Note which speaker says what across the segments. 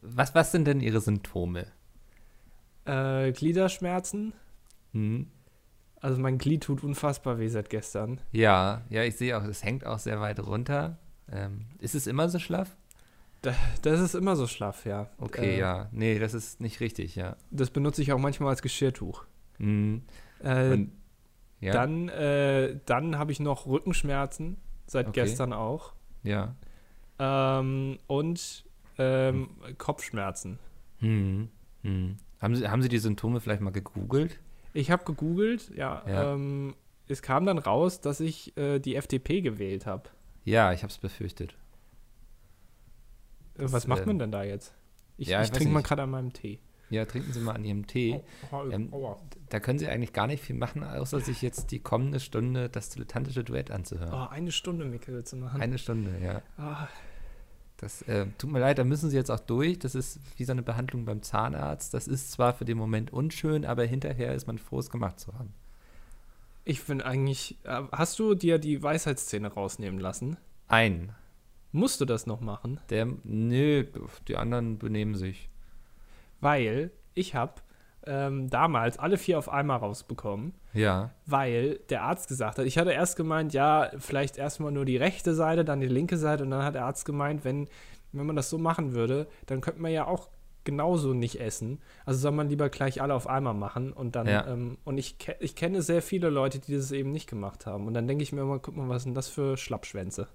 Speaker 1: Was, was sind denn Ihre Symptome?
Speaker 2: Äh, Gliederschmerzen.
Speaker 1: Hm?
Speaker 2: Also mein Glied tut unfassbar weh seit gestern.
Speaker 1: Ja, ja, ich sehe auch, es hängt auch sehr weit runter. Ähm, ist es immer so schlaff?
Speaker 2: Da- Das ist immer so schlaff, ja.
Speaker 1: Okay,
Speaker 2: Äh,
Speaker 1: ja. Nee, das ist nicht richtig, ja.
Speaker 2: Das benutze ich auch manchmal als Geschirrtuch.
Speaker 1: Hm.
Speaker 2: Äh,
Speaker 1: Und- ja,
Speaker 2: Dann, äh, dann habe ich noch Rückenschmerzen, seit
Speaker 1: Okay.
Speaker 2: gestern auch.
Speaker 1: ja.
Speaker 2: Ähm, und ähm, Kopfschmerzen.
Speaker 1: Hm. Hm. Haben, Sie, haben Sie die Symptome vielleicht mal gegoogelt?
Speaker 2: Ich habe gegoogelt, ja.
Speaker 1: Ja.
Speaker 2: Ähm, es kam dann raus, dass ich äh, die FDP gewählt habe.
Speaker 1: Ja, ich habe es befürchtet.
Speaker 2: Äh,
Speaker 1: Das,
Speaker 2: Was macht
Speaker 1: äh,
Speaker 2: man denn da jetzt? Ich,
Speaker 1: ja,
Speaker 2: ich
Speaker 1: ich weiß
Speaker 2: trinke mal
Speaker 1: nicht.
Speaker 2: gerade an meinem Tee.
Speaker 1: Ja, trinken Sie mal an Ihrem Tee.
Speaker 2: Oh,
Speaker 1: Ähm,
Speaker 2: aua.
Speaker 1: Da können Sie eigentlich gar nicht viel machen, außer sich jetzt die kommende Stunde das dilettantische Duett anzuhören.
Speaker 2: Oh, eine Stunde Mickel zu machen.
Speaker 1: Eine Stunde, ja.
Speaker 2: Ah,
Speaker 1: Das äh, tut mir leid, da müssen Sie jetzt auch durch. Das ist wie so eine Behandlung beim Zahnarzt. Das ist zwar für den Moment unschön, aber hinterher ist man froh, es gemacht zu haben.
Speaker 2: ich bin eigentlich. äh, Hast du dir die Weisheitszähne rausnehmen lassen?
Speaker 1: Ein.
Speaker 2: Musst du das noch machen?
Speaker 1: Der, nö, die anderen benehmen sich.
Speaker 2: Weil ich habe ähm, damals alle vier auf einmal rausbekommen,
Speaker 1: Ja,
Speaker 2: weil der Arzt gesagt hat, ich hatte erst gemeint, ja, vielleicht erstmal nur die rechte Seite, dann die linke Seite und dann hat der Arzt gemeint, wenn, wenn man das so machen würde, dann könnte man ja auch genauso nicht essen. Also soll man lieber gleich alle auf einmal machen und dann,
Speaker 1: Ja.
Speaker 2: ähm, und ich, ke ich kenne sehr viele Leute, die das eben nicht gemacht haben. Und dann denke ich mir immer, guck mal, was sind das für Schlappschwänze?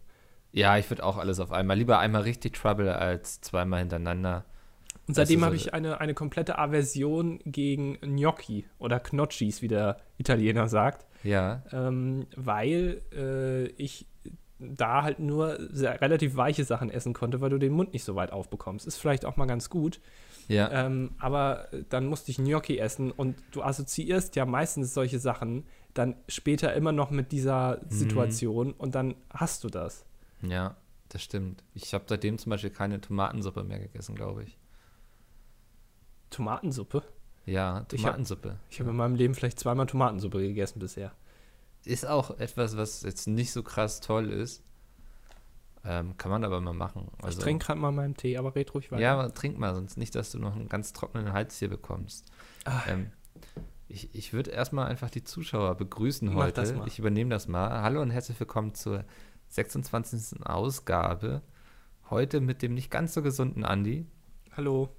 Speaker 1: ja ich würde auch alles auf einmal. Lieber einmal richtig Trouble als zweimal hintereinander.
Speaker 2: Und
Speaker 1: Das
Speaker 2: seitdem
Speaker 1: ist
Speaker 2: habe
Speaker 1: also-
Speaker 2: ich eine, eine komplette Aversion gegen Gnocchi oder Knocchis, wie der Italiener sagt.
Speaker 1: Ja,
Speaker 2: ähm, weil äh, ich da halt nur sehr, relativ weiche Sachen essen konnte, weil du den Mund nicht so weit aufbekommst. Ist vielleicht auch mal ganz gut,
Speaker 1: ja.
Speaker 2: ähm, aber dann musste ich Gnocchi essen und du assoziierst ja meistens solche Sachen dann später immer noch mit dieser
Speaker 1: Mhm.
Speaker 2: Situation und dann hast du das.
Speaker 1: Ja, das stimmt. Ich habe seitdem zum Beispiel keine Tomatensuppe mehr gegessen, glaube ich.
Speaker 2: Tomatensuppe?
Speaker 1: Ja,
Speaker 2: Ich hab-
Speaker 1: Tomatensuppe.
Speaker 2: Ich habe in meinem Leben vielleicht zweimal Tomatensuppe gegessen bisher.
Speaker 1: Ist auch etwas, was jetzt nicht so krass toll ist. Ähm, kann man aber mal machen.
Speaker 2: ich trinke gerade mal meinen Tee, aber red ruhig weiter.
Speaker 1: Also Ja, aber trink mal, sonst nicht, dass du noch einen ganz trockenen Hals hier bekommst.
Speaker 2: Ah.
Speaker 1: Ähm, ich ich würde erstmal einfach die Zuschauer begrüßen
Speaker 2: Mach
Speaker 1: heute.
Speaker 2: das mal.
Speaker 1: Ich übernehme das mal. Hallo und herzlich willkommen zur 26. Ausgabe. Heute mit dem nicht ganz so gesunden Andi.
Speaker 2: Hallo.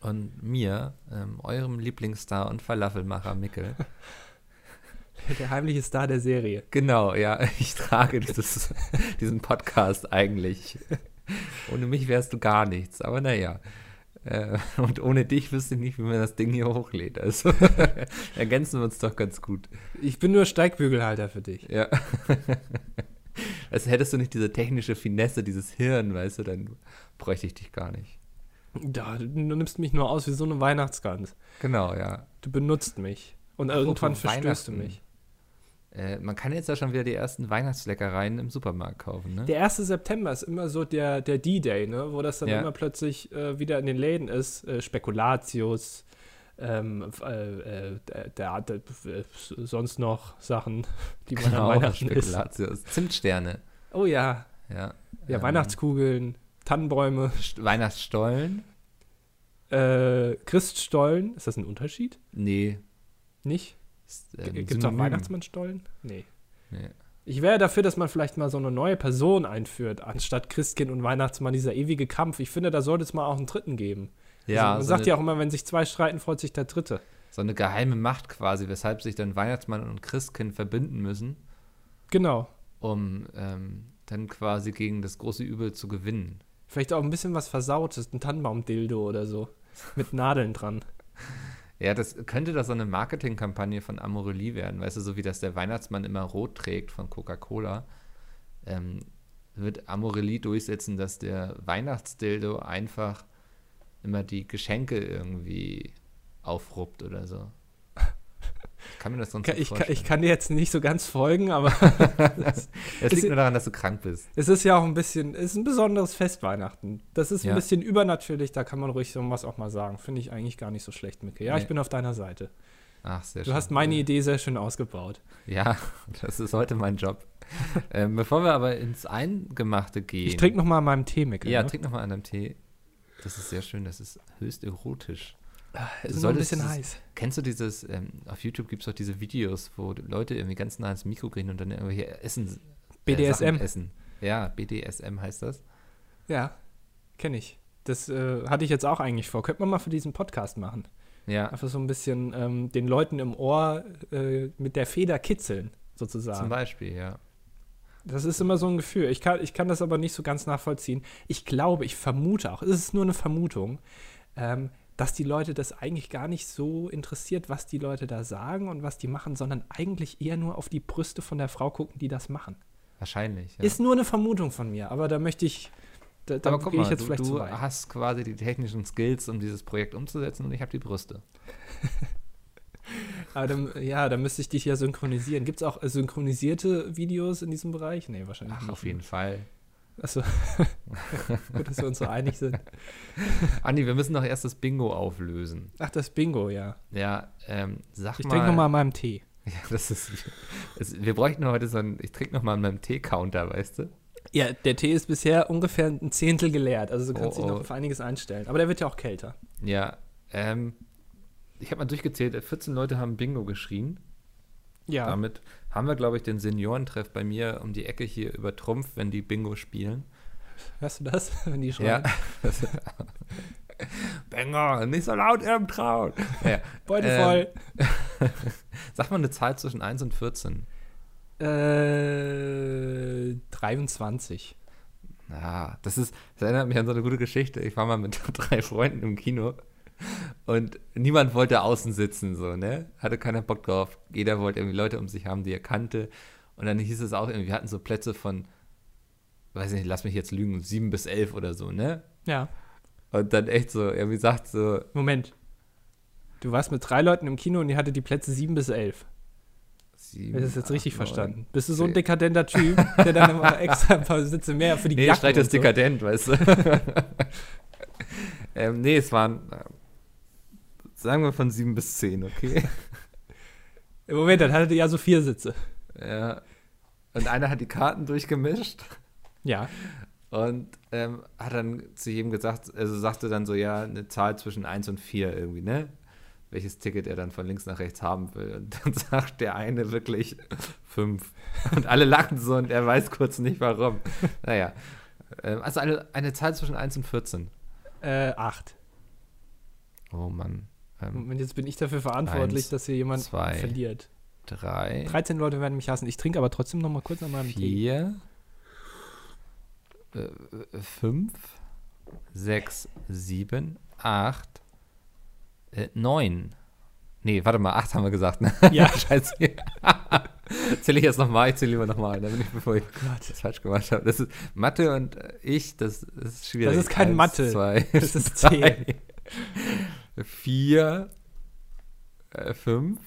Speaker 1: und mir, ähm, eurem Lieblingsstar und Falafelmacher Mickel.
Speaker 2: Der heimliche Star der Serie.
Speaker 1: genau, ja, ich trage dieses, diesen Podcast eigentlich. Ohne mich wärst du gar nichts, aber naja. Äh, und ohne dich wüsste ich nicht, wie man das Ding hier hochlädt. Also ergänzen wir uns doch ganz gut.
Speaker 2: Ich bin nur Steigbügelhalter für dich.
Speaker 1: Ja. Als hättest du nicht diese technische Finesse, dieses Hirn, weißt du, dann bräuchte ich dich gar nicht.
Speaker 2: Da, du nimmst mich nur aus wie so eine Weihnachtsgans.
Speaker 1: Genau, ja.
Speaker 2: Du benutzt mich. Und irgendwann
Speaker 1: Apropos
Speaker 2: verstößt du
Speaker 1: Weihnachten.
Speaker 2: mich.
Speaker 1: Äh, man kann jetzt ja schon wieder die ersten Weihnachtsleckereien im Supermarkt kaufen, ne?
Speaker 2: Der 1. September ist immer so der, der D-Day, ne? wo das dann
Speaker 1: Ja.
Speaker 2: immer plötzlich äh, wieder in den Läden ist. Äh, Spekulatius, ähm, äh, äh, der, der, der, äh, sonst noch Sachen, die man
Speaker 1: Genau,
Speaker 2: an Weihnachten isst.
Speaker 1: Spekulatius. Zimtsterne,
Speaker 2: Oh ja,
Speaker 1: ja.
Speaker 2: ja
Speaker 1: Ähm,
Speaker 2: Weihnachtskugeln, Tannenbäume,
Speaker 1: St- Weihnachtsstollen?
Speaker 2: äh, Christstollen. Ist das ein Unterschied?
Speaker 1: Nee.
Speaker 2: Nicht?
Speaker 1: Ist,
Speaker 2: G-
Speaker 1: ähm,
Speaker 2: Gibt es auch
Speaker 1: Synonym.
Speaker 2: Weihnachtsmannstollen? Nee.
Speaker 1: Nee.
Speaker 2: Ich wäre dafür, dass man vielleicht mal so eine neue Person einführt, anstatt Christkind und Weihnachtsmann, dieser ewige Kampf. Ich finde, da sollte es mal auch einen dritten geben.
Speaker 1: Ja,
Speaker 2: also, man
Speaker 1: so,
Speaker 2: sagt
Speaker 1: eine,
Speaker 2: ja auch immer, wenn sich zwei streiten, freut sich der dritte.
Speaker 1: so eine geheime Macht quasi, weshalb sich dann Weihnachtsmann und Christkind verbinden müssen,
Speaker 2: Genau.
Speaker 1: um ähm, dann quasi gegen das große Übel zu gewinnen.
Speaker 2: Vielleicht auch ein bisschen was Versautes, ein Tannenbaum-Dildo oder so. Mit Nadeln dran.
Speaker 1: Ja, das könnte doch so eine Marketingkampagne von Amorelie werden, weißt du, so wie das der Weihnachtsmann immer rot trägt von Coca-Cola. Ähm, wird Amorelie durchsetzen, dass der Weihnachtsdildo einfach immer die Geschenke irgendwie aufruppt oder so. Ich kann mir das sonst
Speaker 2: Ka-
Speaker 1: nicht
Speaker 2: Ich, ka-
Speaker 1: vorstellen.
Speaker 2: ich kann dir jetzt nicht so ganz folgen, aber
Speaker 1: das
Speaker 2: es-
Speaker 1: liegt nur daran, dass du krank bist.
Speaker 2: es ist ja auch ein bisschen, es ist ein besonderes Fest Weihnachten. Das ist
Speaker 1: Ja.
Speaker 2: ein bisschen übernatürlich, da kann man ruhig so was auch mal sagen. Finde ich eigentlich gar nicht so schlecht, Micke. Ja,
Speaker 1: Nee.
Speaker 2: ich bin auf deiner Seite.
Speaker 1: Ach, sehr schön.
Speaker 2: Du hast meine Idee sehr schön ausgebaut.
Speaker 1: Ja, das ist heute mein Job. ähm, bevor wir aber ins Eingemachte gehen.
Speaker 2: Ich trinke nochmal an meinem Tee, Micke.
Speaker 1: Ja,
Speaker 2: ne?
Speaker 1: trink nochmal an deinem Tee. Das ist sehr schön, das ist höchst erotisch.
Speaker 2: Es
Speaker 1: Du
Speaker 2: ist
Speaker 1: Ah,
Speaker 2: noch ein
Speaker 1: solltest
Speaker 2: bisschen
Speaker 1: das-
Speaker 2: heiß.
Speaker 1: Kennst du dieses, ähm, auf YouTube gibt es doch diese Videos, wo die Leute irgendwie ganz nah ans Mikro gehen und dann irgendwelche Essen. Äh, Sachen
Speaker 2: BDSM.
Speaker 1: essen. Ja, BDSM heißt das.
Speaker 2: Ja, kenne ich. Das äh, hatte ich jetzt auch eigentlich vor. Könnte man mal für diesen Podcast machen.
Speaker 1: Ja,
Speaker 2: Einfach so ein bisschen ähm, den Leuten im Ohr äh, mit der Feder kitzeln,
Speaker 1: zum
Speaker 2: sozusagen.
Speaker 1: Beispiel, ja.
Speaker 2: Das ist immer so ein Gefühl. Ich kann, ich kann das aber nicht so ganz nachvollziehen. Ich glaube, ich vermute auch, es ist nur eine Vermutung, ähm, dass die Leute das eigentlich gar nicht so interessiert, was die Leute da sagen und was die machen, sondern eigentlich eher nur auf die Brüste von der Frau gucken, die das machen.
Speaker 1: Wahrscheinlich. Ja.
Speaker 2: Ist nur eine Vermutung von mir, aber da möchte ich, da, da
Speaker 1: Aber guck
Speaker 2: gehe
Speaker 1: mal,
Speaker 2: ich jetzt
Speaker 1: du,
Speaker 2: vielleicht zu
Speaker 1: du
Speaker 2: weit.
Speaker 1: hast quasi die technischen Skills, um dieses Projekt umzusetzen und ich habe die Brüste.
Speaker 2: Aber dann, ja, da müsste ich dich ja synchronisieren. Gibt es auch äh, synchronisierte Videos in diesem Bereich? Nee, wahrscheinlich
Speaker 1: Ach,
Speaker 2: nicht.
Speaker 1: auf jeden Fall.
Speaker 2: Achso. Gut, dass wir uns so einig sind.
Speaker 1: Andi, wir müssen doch erst das Bingo auflösen.
Speaker 2: Ach, das Bingo, ja.
Speaker 1: Ja, ähm, sag
Speaker 2: Ich
Speaker 1: mal.
Speaker 2: trinke nochmal an meinem Tee.
Speaker 1: Ja, das ist, es, wir bräuchten heute so einen, ich trinke nochmal an meinem Tee-Counter, weißt du?
Speaker 2: Ja, der Tee ist bisher ungefähr ein Zehntel geleert. Also du kannst
Speaker 1: Oh,
Speaker 2: dich noch
Speaker 1: oh.
Speaker 2: auf einiges einstellen. Aber der wird ja auch kälter.
Speaker 1: Ja, ähm, ich habe mal durchgezählt, äh, 14 Leute haben Bingo geschrien.
Speaker 2: Ja.
Speaker 1: Damit haben wir, glaube ich, den Seniorentreff bei mir um die Ecke hier übertrumpft, wenn die Bingo spielen.
Speaker 2: Hörst du das, wenn die
Speaker 1: Ja.
Speaker 2: schreien?
Speaker 1: Bingo, nicht so laut im Traun. Ja,
Speaker 2: Beute
Speaker 1: Ähm,
Speaker 2: voll.
Speaker 1: sag mal eine Zahl zwischen 1 und 14.
Speaker 2: Äh, 23.
Speaker 1: Ja, das ist, das erinnert mich an so eine gute Geschichte. Ich war mal mit drei Freunden im Kino und niemand wollte außen sitzen, so, ne? Hatte keiner Bock drauf. Jeder wollte irgendwie Leute um sich haben, die er kannte. Und dann hieß es auch irgendwie, wir hatten so Plätze von, weiß nicht, lass mich jetzt lügen, sieben bis elf oder so, ne?
Speaker 2: Ja.
Speaker 1: Und dann echt so, irgendwie sagt so,
Speaker 2: Moment. Du warst mit drei Leuten im Kino und ihr hattet die Plätze 7 bis 11.
Speaker 1: sieben.
Speaker 2: Wenn ich das jetzt
Speaker 1: acht,
Speaker 2: richtig
Speaker 1: neun.
Speaker 2: verstanden. Bist du so ein
Speaker 1: zehn.
Speaker 2: dekadenter Typ, der dann immer extra ein paar Sitze mehr für die
Speaker 1: Nee,
Speaker 2: Jacken
Speaker 1: streicht das
Speaker 2: und so.
Speaker 1: dekadent, weißt du. ähm, nee, es waren, äh, sagen wir von sieben bis zehn, okay?
Speaker 2: Im Moment, dann hattet ihr ja so vier Sitze.
Speaker 1: Ja. Und einer hat die Karten durchgemischt
Speaker 2: Ja.
Speaker 1: und ähm, hat dann zu jedem gesagt, also sagte dann so, ja, eine Zahl zwischen 1 und 4 irgendwie, ne? Welches Ticket er dann von links nach rechts haben will. Und dann sagt der eine wirklich 5. Und alle lachen so und er weiß kurz nicht warum. Naja. Ähm, also eine, eine Zahl zwischen 1 und 14.
Speaker 2: Äh, acht.
Speaker 1: Oh Mann. Ähm,
Speaker 2: Und jetzt bin ich dafür verantwortlich,
Speaker 1: Eins,
Speaker 2: dass hier jemand
Speaker 1: zwei,
Speaker 2: verliert.
Speaker 1: 3,
Speaker 2: 13 Leute werden mich hassen. Ich trinke aber trotzdem noch mal kurz an meinem Tee.
Speaker 1: 4, Äh, 5, 6, 7, 8, 9. äh, Nee, warte mal, 8 haben wir gesagt. Ne?
Speaker 2: Ja.
Speaker 1: Scheiße. zähle ich jetzt nochmal, ich zähle lieber nochmal, damit ich, bevor ich
Speaker 2: Oh Gott.
Speaker 1: das falsch gemacht habe. Das ist Mathe und äh, ich, das ist schwierig.
Speaker 2: Das ist kein
Speaker 1: Eins,
Speaker 2: Mathe.
Speaker 1: Zwei,
Speaker 2: Das ist Tee.
Speaker 1: 4, äh, 5,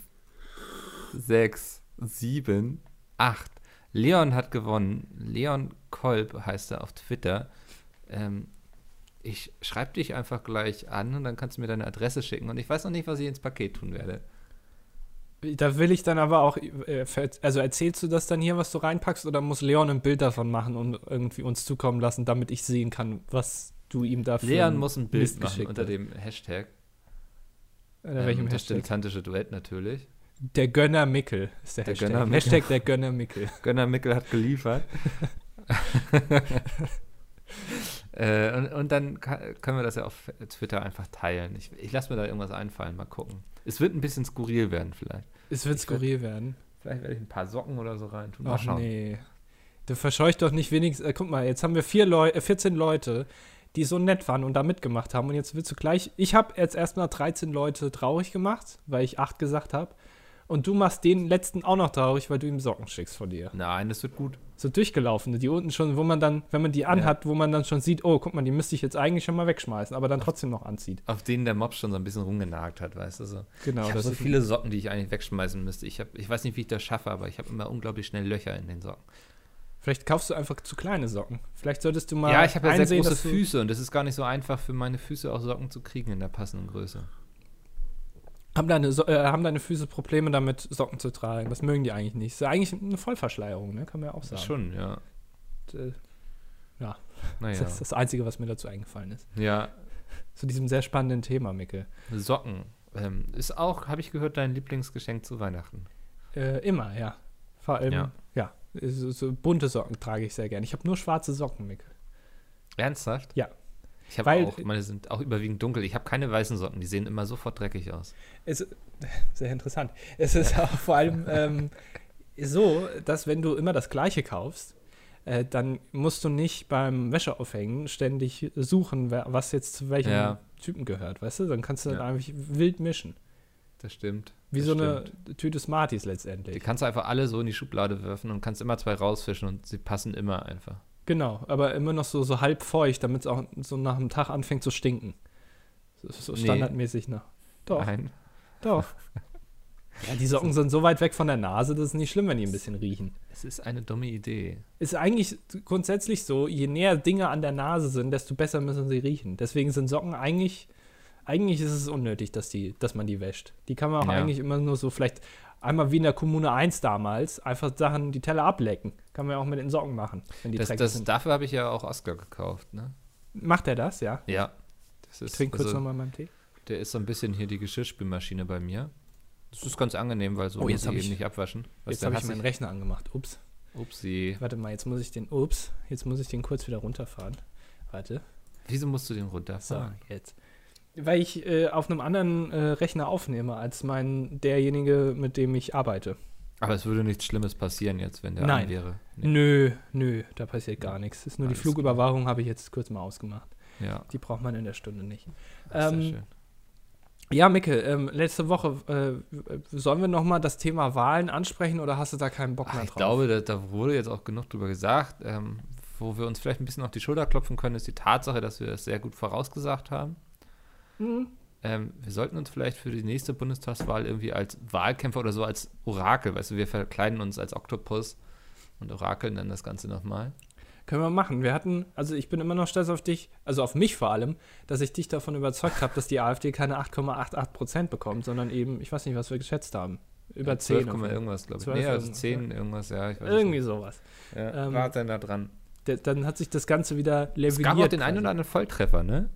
Speaker 1: 6, 7, 8. Leon hat gewonnen. Leon Kolb heißt er auf Twitter. Ähm, ich schreibe dich einfach gleich an und dann kannst du mir deine Adresse schicken. Und ich weiß noch nicht, was ich ins Paket tun werde.
Speaker 2: Da will ich dann aber auch, äh, ver- also erzählst du das dann hier, was du reinpackst, oder muss Leon ein Bild davon machen und irgendwie uns zukommen lassen, damit ich sehen kann, was du ihm dafür
Speaker 1: Leon muss ein Bild machen
Speaker 2: geschickt
Speaker 1: unter
Speaker 2: hast?
Speaker 1: dem Hashtag.
Speaker 2: Unter welchem
Speaker 1: unter
Speaker 2: Hashtag?
Speaker 1: Dilettantische Duett natürlich.
Speaker 2: Der Gönner Mickel ist der,
Speaker 1: Der
Speaker 2: Hashtag.
Speaker 1: Gönner Mickel.
Speaker 2: Hashtag der Gönner Mickel.
Speaker 1: Gönner Mickel hat geliefert. äh, und, und dann ka- können wir das ja auf Twitter einfach teilen. Ich, ich lasse mir da irgendwas einfallen, mal gucken. Es wird ein bisschen skurril werden vielleicht.
Speaker 2: Es wird
Speaker 1: Ich
Speaker 2: skurril werden.
Speaker 1: Vielleicht werde ich ein paar Socken oder so reintun. Mal
Speaker 2: Ach
Speaker 1: schauen.
Speaker 2: nee. Du verscheucht doch nicht wenigstens. Äh, guck mal, jetzt haben wir vier Leu äh, 14 Leute, die so nett waren und da mitgemacht haben. Und jetzt willst du gleich. Ich habe jetzt erstmal 13 Leute traurig gemacht, weil ich acht gesagt habe. Und du machst den letzten auch noch traurig, weil du ihm Socken schickst von dir.
Speaker 1: Nein, das wird gut.
Speaker 2: So durchgelaufene, die unten schon, wo man dann, wenn man die anhat, wo man dann schon sieht, oh, guck mal, die müsste ich jetzt eigentlich schon mal wegschmeißen, aber dann trotzdem noch anzieht.
Speaker 1: Auf denen der Mob schon so ein bisschen rumgenagt hat, weißt du so.
Speaker 2: Genau,
Speaker 1: ich habe
Speaker 2: das
Speaker 1: so
Speaker 2: ist-
Speaker 1: viele Socken, die ich eigentlich wegschmeißen müsste. Ich, hab, ich weiß nicht, wie ich das schaffe, aber ich habe immer unglaublich schnell Löcher in den Socken.
Speaker 2: Vielleicht kaufst du einfach zu kleine Socken. Vielleicht solltest du mal.
Speaker 1: ja, ich habe ja sehr
Speaker 2: einsehen,
Speaker 1: große
Speaker 2: dass du-
Speaker 1: Füße und es ist gar nicht so einfach für meine Füße auch Socken zu kriegen in der passenden Größe.
Speaker 2: Haben deine, so äh, haben deine Füße Probleme damit, Socken zu tragen? Das mögen die eigentlich nicht. Ist ja eigentlich eine Vollverschleierung, ne? kann man ja auch sagen.
Speaker 1: Schon, ja.
Speaker 2: Und, äh,
Speaker 1: Naja.
Speaker 2: Das ist das Einzige, was mir dazu eingefallen ist.
Speaker 1: Ja,
Speaker 2: Zu diesem sehr spannenden Thema, Micke.
Speaker 1: Socken. Ähm, ist auch, habe ich gehört, dein Lieblingsgeschenk zu Weihnachten.
Speaker 2: Äh, immer, ja. Vor allem, ja.
Speaker 1: Ja.
Speaker 2: so, so bunte Socken trage ich sehr gerne. Ich habe nur schwarze Socken, Micke.
Speaker 1: Ernsthaft?
Speaker 2: Ja.
Speaker 1: Ich habe
Speaker 2: Weil-
Speaker 1: auch, meine sind auch überwiegend dunkel. Ich habe keine weißen Socken, die sehen immer sofort dreckig aus.
Speaker 2: Es, sehr interessant. Es ist auch vor allem ähm, so, dass wenn du immer das Gleiche kaufst, äh, dann musst du nicht beim Wäscheaufhängen ständig suchen, wer, was jetzt zu welchem
Speaker 1: Ja.
Speaker 2: Typen gehört, weißt du? Dann kannst du dann
Speaker 1: Ja.
Speaker 2: einfach wild mischen.
Speaker 1: Das stimmt.
Speaker 2: Wie
Speaker 1: das
Speaker 2: so
Speaker 1: stimmt.
Speaker 2: eine Tüte Smarties
Speaker 1: Die
Speaker 2: letztendlich.
Speaker 1: kannst du einfach alle so in die Schublade werfen und kannst immer zwei rausfischen und sie passen immer einfach.
Speaker 2: Genau, aber immer noch so, so halb feucht, damit es auch so nach einem Tag anfängt zu stinken. So, so
Speaker 1: Nee.
Speaker 2: standardmäßig nach. Doch,
Speaker 1: Nein.
Speaker 2: doch. Ja, die Socken sind so weit weg von der Nase, das ist nicht schlimm, wenn die ein bisschen riechen.
Speaker 1: Es ist eine dumme Idee.
Speaker 2: Ist eigentlich grundsätzlich so, je näher Dinge an der Nase sind, desto besser müssen sie riechen. Deswegen sind Socken eigentlich, eigentlich ist es unnötig, dass, die, dass man die wäscht. Die kann man auch
Speaker 1: Ja.
Speaker 2: eigentlich immer nur so vielleicht einmal wie in der Kommune 1 damals, einfach Sachen, die Teller ablecken. Kann man ja auch mit den Socken machen, wenn die
Speaker 1: Das,
Speaker 2: dreckig
Speaker 1: das,
Speaker 2: sind.
Speaker 1: dafür habe ich ja auch Oscar gekauft, ne?
Speaker 2: Macht er das, ja?
Speaker 1: Ja. Das
Speaker 2: Ich
Speaker 1: ist,
Speaker 2: trinke kurz
Speaker 1: also,
Speaker 2: nochmal meinen Tee.
Speaker 1: der ist so ein bisschen hier die Geschirrspülmaschine bei mir. Das ist ganz angenehm, weil so
Speaker 2: Oh, jetzt
Speaker 1: muss
Speaker 2: hab
Speaker 1: ich
Speaker 2: ich-
Speaker 1: eben nicht abwaschen. Was
Speaker 2: Jetzt
Speaker 1: der
Speaker 2: habe ich
Speaker 1: hasse
Speaker 2: meinen Rechner angemacht. Ups.
Speaker 1: Upsi.
Speaker 2: Warte mal, jetzt muss ich den. Ups. Jetzt muss ich den kurz wieder runterfahren. Warte.
Speaker 1: Wieso musst du den
Speaker 2: So,
Speaker 1: runterfahren?
Speaker 2: jetzt. Ah. Weil ich äh, auf einem anderen äh, Rechner aufnehme als mein derjenige, mit dem ich arbeite.
Speaker 1: Aber es würde nichts Schlimmes passieren jetzt, wenn der
Speaker 2: Nein.
Speaker 1: an wäre. Nee.
Speaker 2: Nö, nö, da passiert gar nichts. Ist nur die
Speaker 1: Alles gut.
Speaker 2: Flugüberwachung habe ich jetzt kurz mal ausgemacht.
Speaker 1: Ja,
Speaker 2: Die braucht man in der Stunde nicht.
Speaker 1: das ist
Speaker 2: Ähm,
Speaker 1: ja schön.
Speaker 2: Ja, Micke, ähm, letzte Woche äh, sollen wir noch mal das Thema Wahlen ansprechen oder hast du da keinen Bock
Speaker 1: Ach,
Speaker 2: mehr
Speaker 1: ich
Speaker 2: drauf?
Speaker 1: glaube, da, da wurde jetzt auch genug drüber gesagt. Ähm, wo wir uns vielleicht ein bisschen auf die Schulter klopfen können, ist die Tatsache, dass wir das sehr gut vorausgesagt haben.
Speaker 2: Mhm.
Speaker 1: Ähm, wir sollten uns vielleicht für die nächste Bundestagswahl irgendwie als Wahlkämpfer oder so als Orakel, weißt du, wir verkleiden uns als Oktopus und orakeln dann das Ganze nochmal.
Speaker 2: Können wir machen. Wir hatten, also ich bin immer noch stolz auf dich, also auf mich vor allem, dass ich dich davon überzeugt habe, dass die AfD keine 8,88 Prozent bekommt, sondern eben, ich weiß nicht, was wir geschätzt haben. Über 10.
Speaker 1: 12,
Speaker 2: auf-
Speaker 1: Ähm, irgendwas, glaube ich.
Speaker 2: 12
Speaker 1: Nee, also
Speaker 2: irgendwas,
Speaker 1: 10 irgendwas, ja. Ich weiß es
Speaker 2: Irgendwie
Speaker 1: nicht.
Speaker 2: sowas.
Speaker 1: Ja,
Speaker 2: ähm,
Speaker 1: war dann da dran.
Speaker 2: Der- dann hat sich das Ganze wieder leveliert.
Speaker 1: Es gab auch den
Speaker 2: quasi.
Speaker 1: einen oder anderen Volltreffer, ne?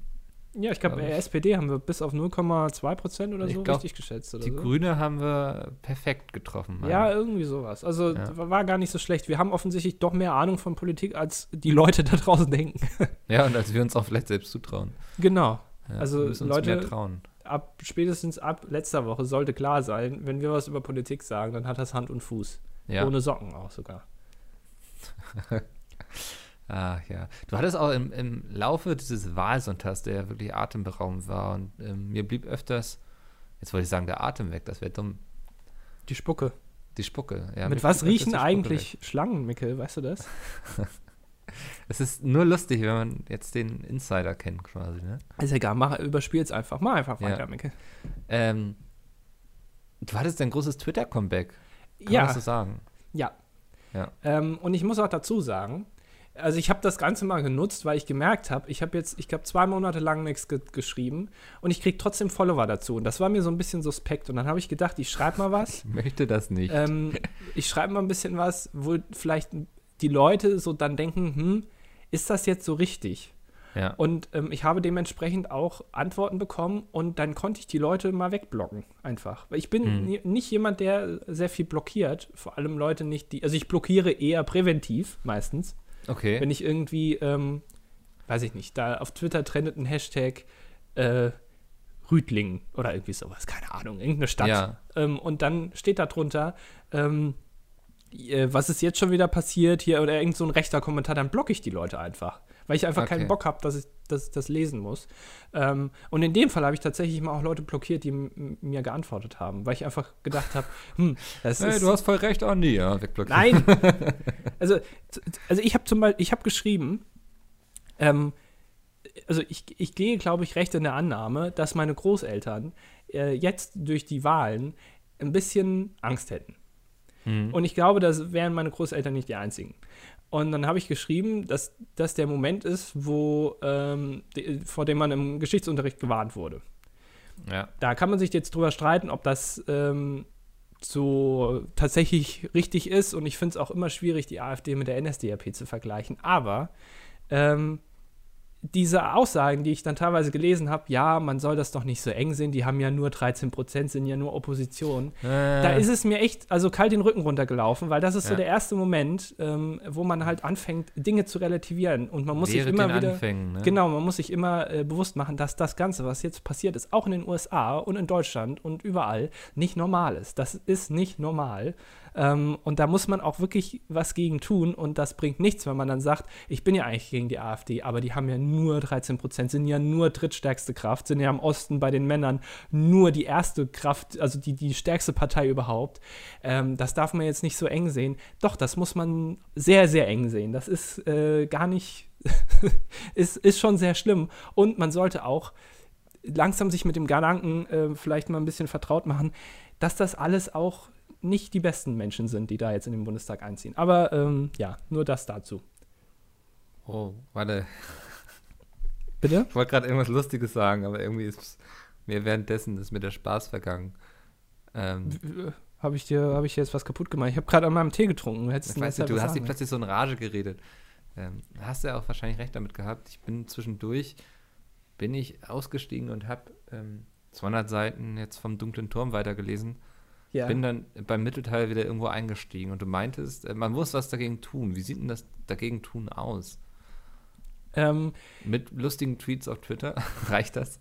Speaker 2: Ja, ich glaube,
Speaker 1: glaub ich.
Speaker 2: SPD haben wir bis auf 0,2 Prozent oder
Speaker 1: Ich
Speaker 2: so
Speaker 1: glaub,
Speaker 2: richtig geschätzt. Oder
Speaker 1: Die
Speaker 2: so.
Speaker 1: Grüne haben wir perfekt getroffen. meine
Speaker 2: Ja, irgendwie sowas. Also
Speaker 1: Ja.
Speaker 2: war gar nicht so schlecht. Wir haben offensichtlich doch mehr Ahnung von Politik, als die Leute da draußen denken.
Speaker 1: Ja, und als wir uns auch vielleicht selbst zutrauen.
Speaker 2: genau.
Speaker 1: Ja,
Speaker 2: Also,
Speaker 1: wir müssen uns
Speaker 2: Leute-
Speaker 1: mehr trauen.
Speaker 2: ab spätestens ab letzter Woche sollte klar sein, wenn wir was über Politik sagen, dann hat das Hand und Fuß.
Speaker 1: Ja.
Speaker 2: Ohne Socken auch sogar.
Speaker 1: Ach ja. Du hattest auch im, im Laufe dieses Wahlsonntags, der ja wirklich atemberaubend war, und ähm, mir blieb öfters, jetzt wollte ich sagen, der Atem weg, das wäre dumm.
Speaker 2: Die Spucke.
Speaker 1: Die Spucke. Ja, mir
Speaker 2: Mit was
Speaker 1: blieb öfters
Speaker 2: riechen
Speaker 1: die Spucke
Speaker 2: eigentlich
Speaker 1: weg.
Speaker 2: Schlangen, Mickel? Weißt du das?
Speaker 1: Es ist nur lustig, wenn man jetzt den Insider kennt, quasi, ne?
Speaker 2: Ist egal, mach, überspiel's einfach. Mach einfach
Speaker 1: Ja.
Speaker 2: weiter, Mickel.
Speaker 1: Ähm, du hattest dein großes Twitter-Comeback. Kann man
Speaker 2: ja,
Speaker 1: das so sagen?
Speaker 2: ja.
Speaker 1: Ja.
Speaker 2: Ähm, und ich muss auch dazu sagen, also ich habe das Ganze mal genutzt, weil ich gemerkt habe, ich habe jetzt, ich glaube, zwei Monate lang nichts ge geschrieben und ich krieg trotzdem Follower dazu. Und das war mir so ein bisschen suspekt. Und dann habe ich gedacht, ich schreibe mal was.
Speaker 1: Ich möchte das nicht.
Speaker 2: Ähm, ich schreibe mal ein bisschen was, wo vielleicht die Leute so dann denken, hm, ist das jetzt so richtig?
Speaker 1: ja.
Speaker 2: Und ähm, ich habe dementsprechend auch Antworten bekommen und dann konnte ich die Leute mal wegblocken, einfach. Weil ich bin
Speaker 1: Mhm.
Speaker 2: ni- nicht jemand, der sehr viel blockiert, vor allem Leute nicht, die, also ich blockiere eher präventiv meistens,
Speaker 1: Okay.
Speaker 2: wenn ich irgendwie, ähm, weiß ich nicht, da auf Twitter trendet ein Hashtag äh, Rüdlingen oder irgendwie sowas, keine Ahnung, irgendeine Stadt.
Speaker 1: Ja.
Speaker 2: Ähm, und dann steht da drunter, ähm, äh, was ist jetzt schon wieder passiert hier oder irgend so ein rechter Kommentar, dann blocke ich die Leute einfach. Weil ich einfach
Speaker 1: Okay.
Speaker 2: keinen Bock habe, dass ich, dass ich das lesen muss. Ähm, und in dem Fall habe ich tatsächlich mal auch Leute blockiert, die m- m- mir geantwortet haben, weil ich einfach gedacht habe, hm, das
Speaker 1: Hey,
Speaker 2: ist.
Speaker 1: du hast voll recht, oh nee, ja, wegblockiert.
Speaker 2: Nein! also, z- also ich habe zum Beispiel, ich habe geschrieben, ähm, also ich, ich gehe, glaube ich, recht in der Annahme, dass meine Großeltern äh, jetzt durch die Wahlen ein bisschen Angst hätten.
Speaker 1: Mhm.
Speaker 2: Und ich glaube, das wären meine Großeltern nicht die einzigen. Und dann habe ich geschrieben, dass das der Moment ist, wo, ähm, de, vor dem man im Geschichtsunterricht gewarnt wurde.
Speaker 1: Ja.
Speaker 2: Da kann man sich jetzt drüber streiten, ob das ähm, so tatsächlich richtig ist. Und ich finde es auch immer schwierig, die AfD mit der NSDAP zu vergleichen. Aber ähm, diese Aussagen, die ich dann teilweise gelesen habe, ja, man soll das doch nicht so eng sehen, die haben ja nur 13 Prozent, sind ja nur Opposition.
Speaker 1: Äh,
Speaker 2: Da ist es mir echt, also kalt den Rücken runtergelaufen, weil das ist so
Speaker 1: Ja.
Speaker 2: der erste Moment, ähm, wo man halt anfängt, Dinge zu relativieren. Und man muss sich
Speaker 1: Lehre
Speaker 2: immer
Speaker 1: den
Speaker 2: wieder.
Speaker 1: Anfängen, ne?
Speaker 2: Genau, man muss sich immer äh, bewusst machen, dass das Ganze, was jetzt passiert ist, auch in den USA und in Deutschland und überall, nicht normal ist. Das ist nicht normal. Ähm, und da muss man auch wirklich was gegen tun. Und das bringt nichts, wenn man dann sagt, ich bin ja eigentlich gegen die AfD, aber die haben ja nur 13 Prozent, sind ja nur drittstärkste Kraft, sind ja im Osten bei den Männern nur die erste Kraft, also die, die stärkste Partei überhaupt. Ähm, das darf man jetzt nicht so eng sehen. Doch, das muss man sehr, sehr eng sehen. Das ist äh, gar nicht ist, ist schon sehr schlimm. Und man sollte auch langsam sich mit dem Gedanken äh, vielleicht mal ein bisschen vertraut machen, dass das alles auch nicht die besten Menschen sind, die da jetzt in den Bundestag einziehen. Aber ähm, ja, nur das dazu.
Speaker 1: Oh, warte.
Speaker 2: Bitte?
Speaker 1: Ich wollte gerade irgendwas Lustiges sagen, aber irgendwie ist mir währenddessen ist mir der Spaß vergangen. Ähm,
Speaker 2: Habe ich, dir- hab ich dir jetzt was kaputt gemacht? Ich habe gerade an meinem Tee getrunken. Du hättest
Speaker 1: Ich weiß
Speaker 2: mir
Speaker 1: nicht, du
Speaker 2: was
Speaker 1: hast dich
Speaker 2: sagen
Speaker 1: plötzlich so in Rage geredet. Ähm, hast ja auch wahrscheinlich recht damit gehabt. Ich bin zwischendurch, bin ich ausgestiegen und habe ähm, 200 Seiten jetzt vom Dunklen Turm weitergelesen.
Speaker 2: ja.
Speaker 1: Bin dann beim Mittelteil wieder irgendwo eingestiegen und du meintest, äh, man muss was dagegen tun. Wie sieht denn das dagegen tun aus?
Speaker 2: ähm,
Speaker 1: Mit lustigen Tweets auf Twitter? Reicht das?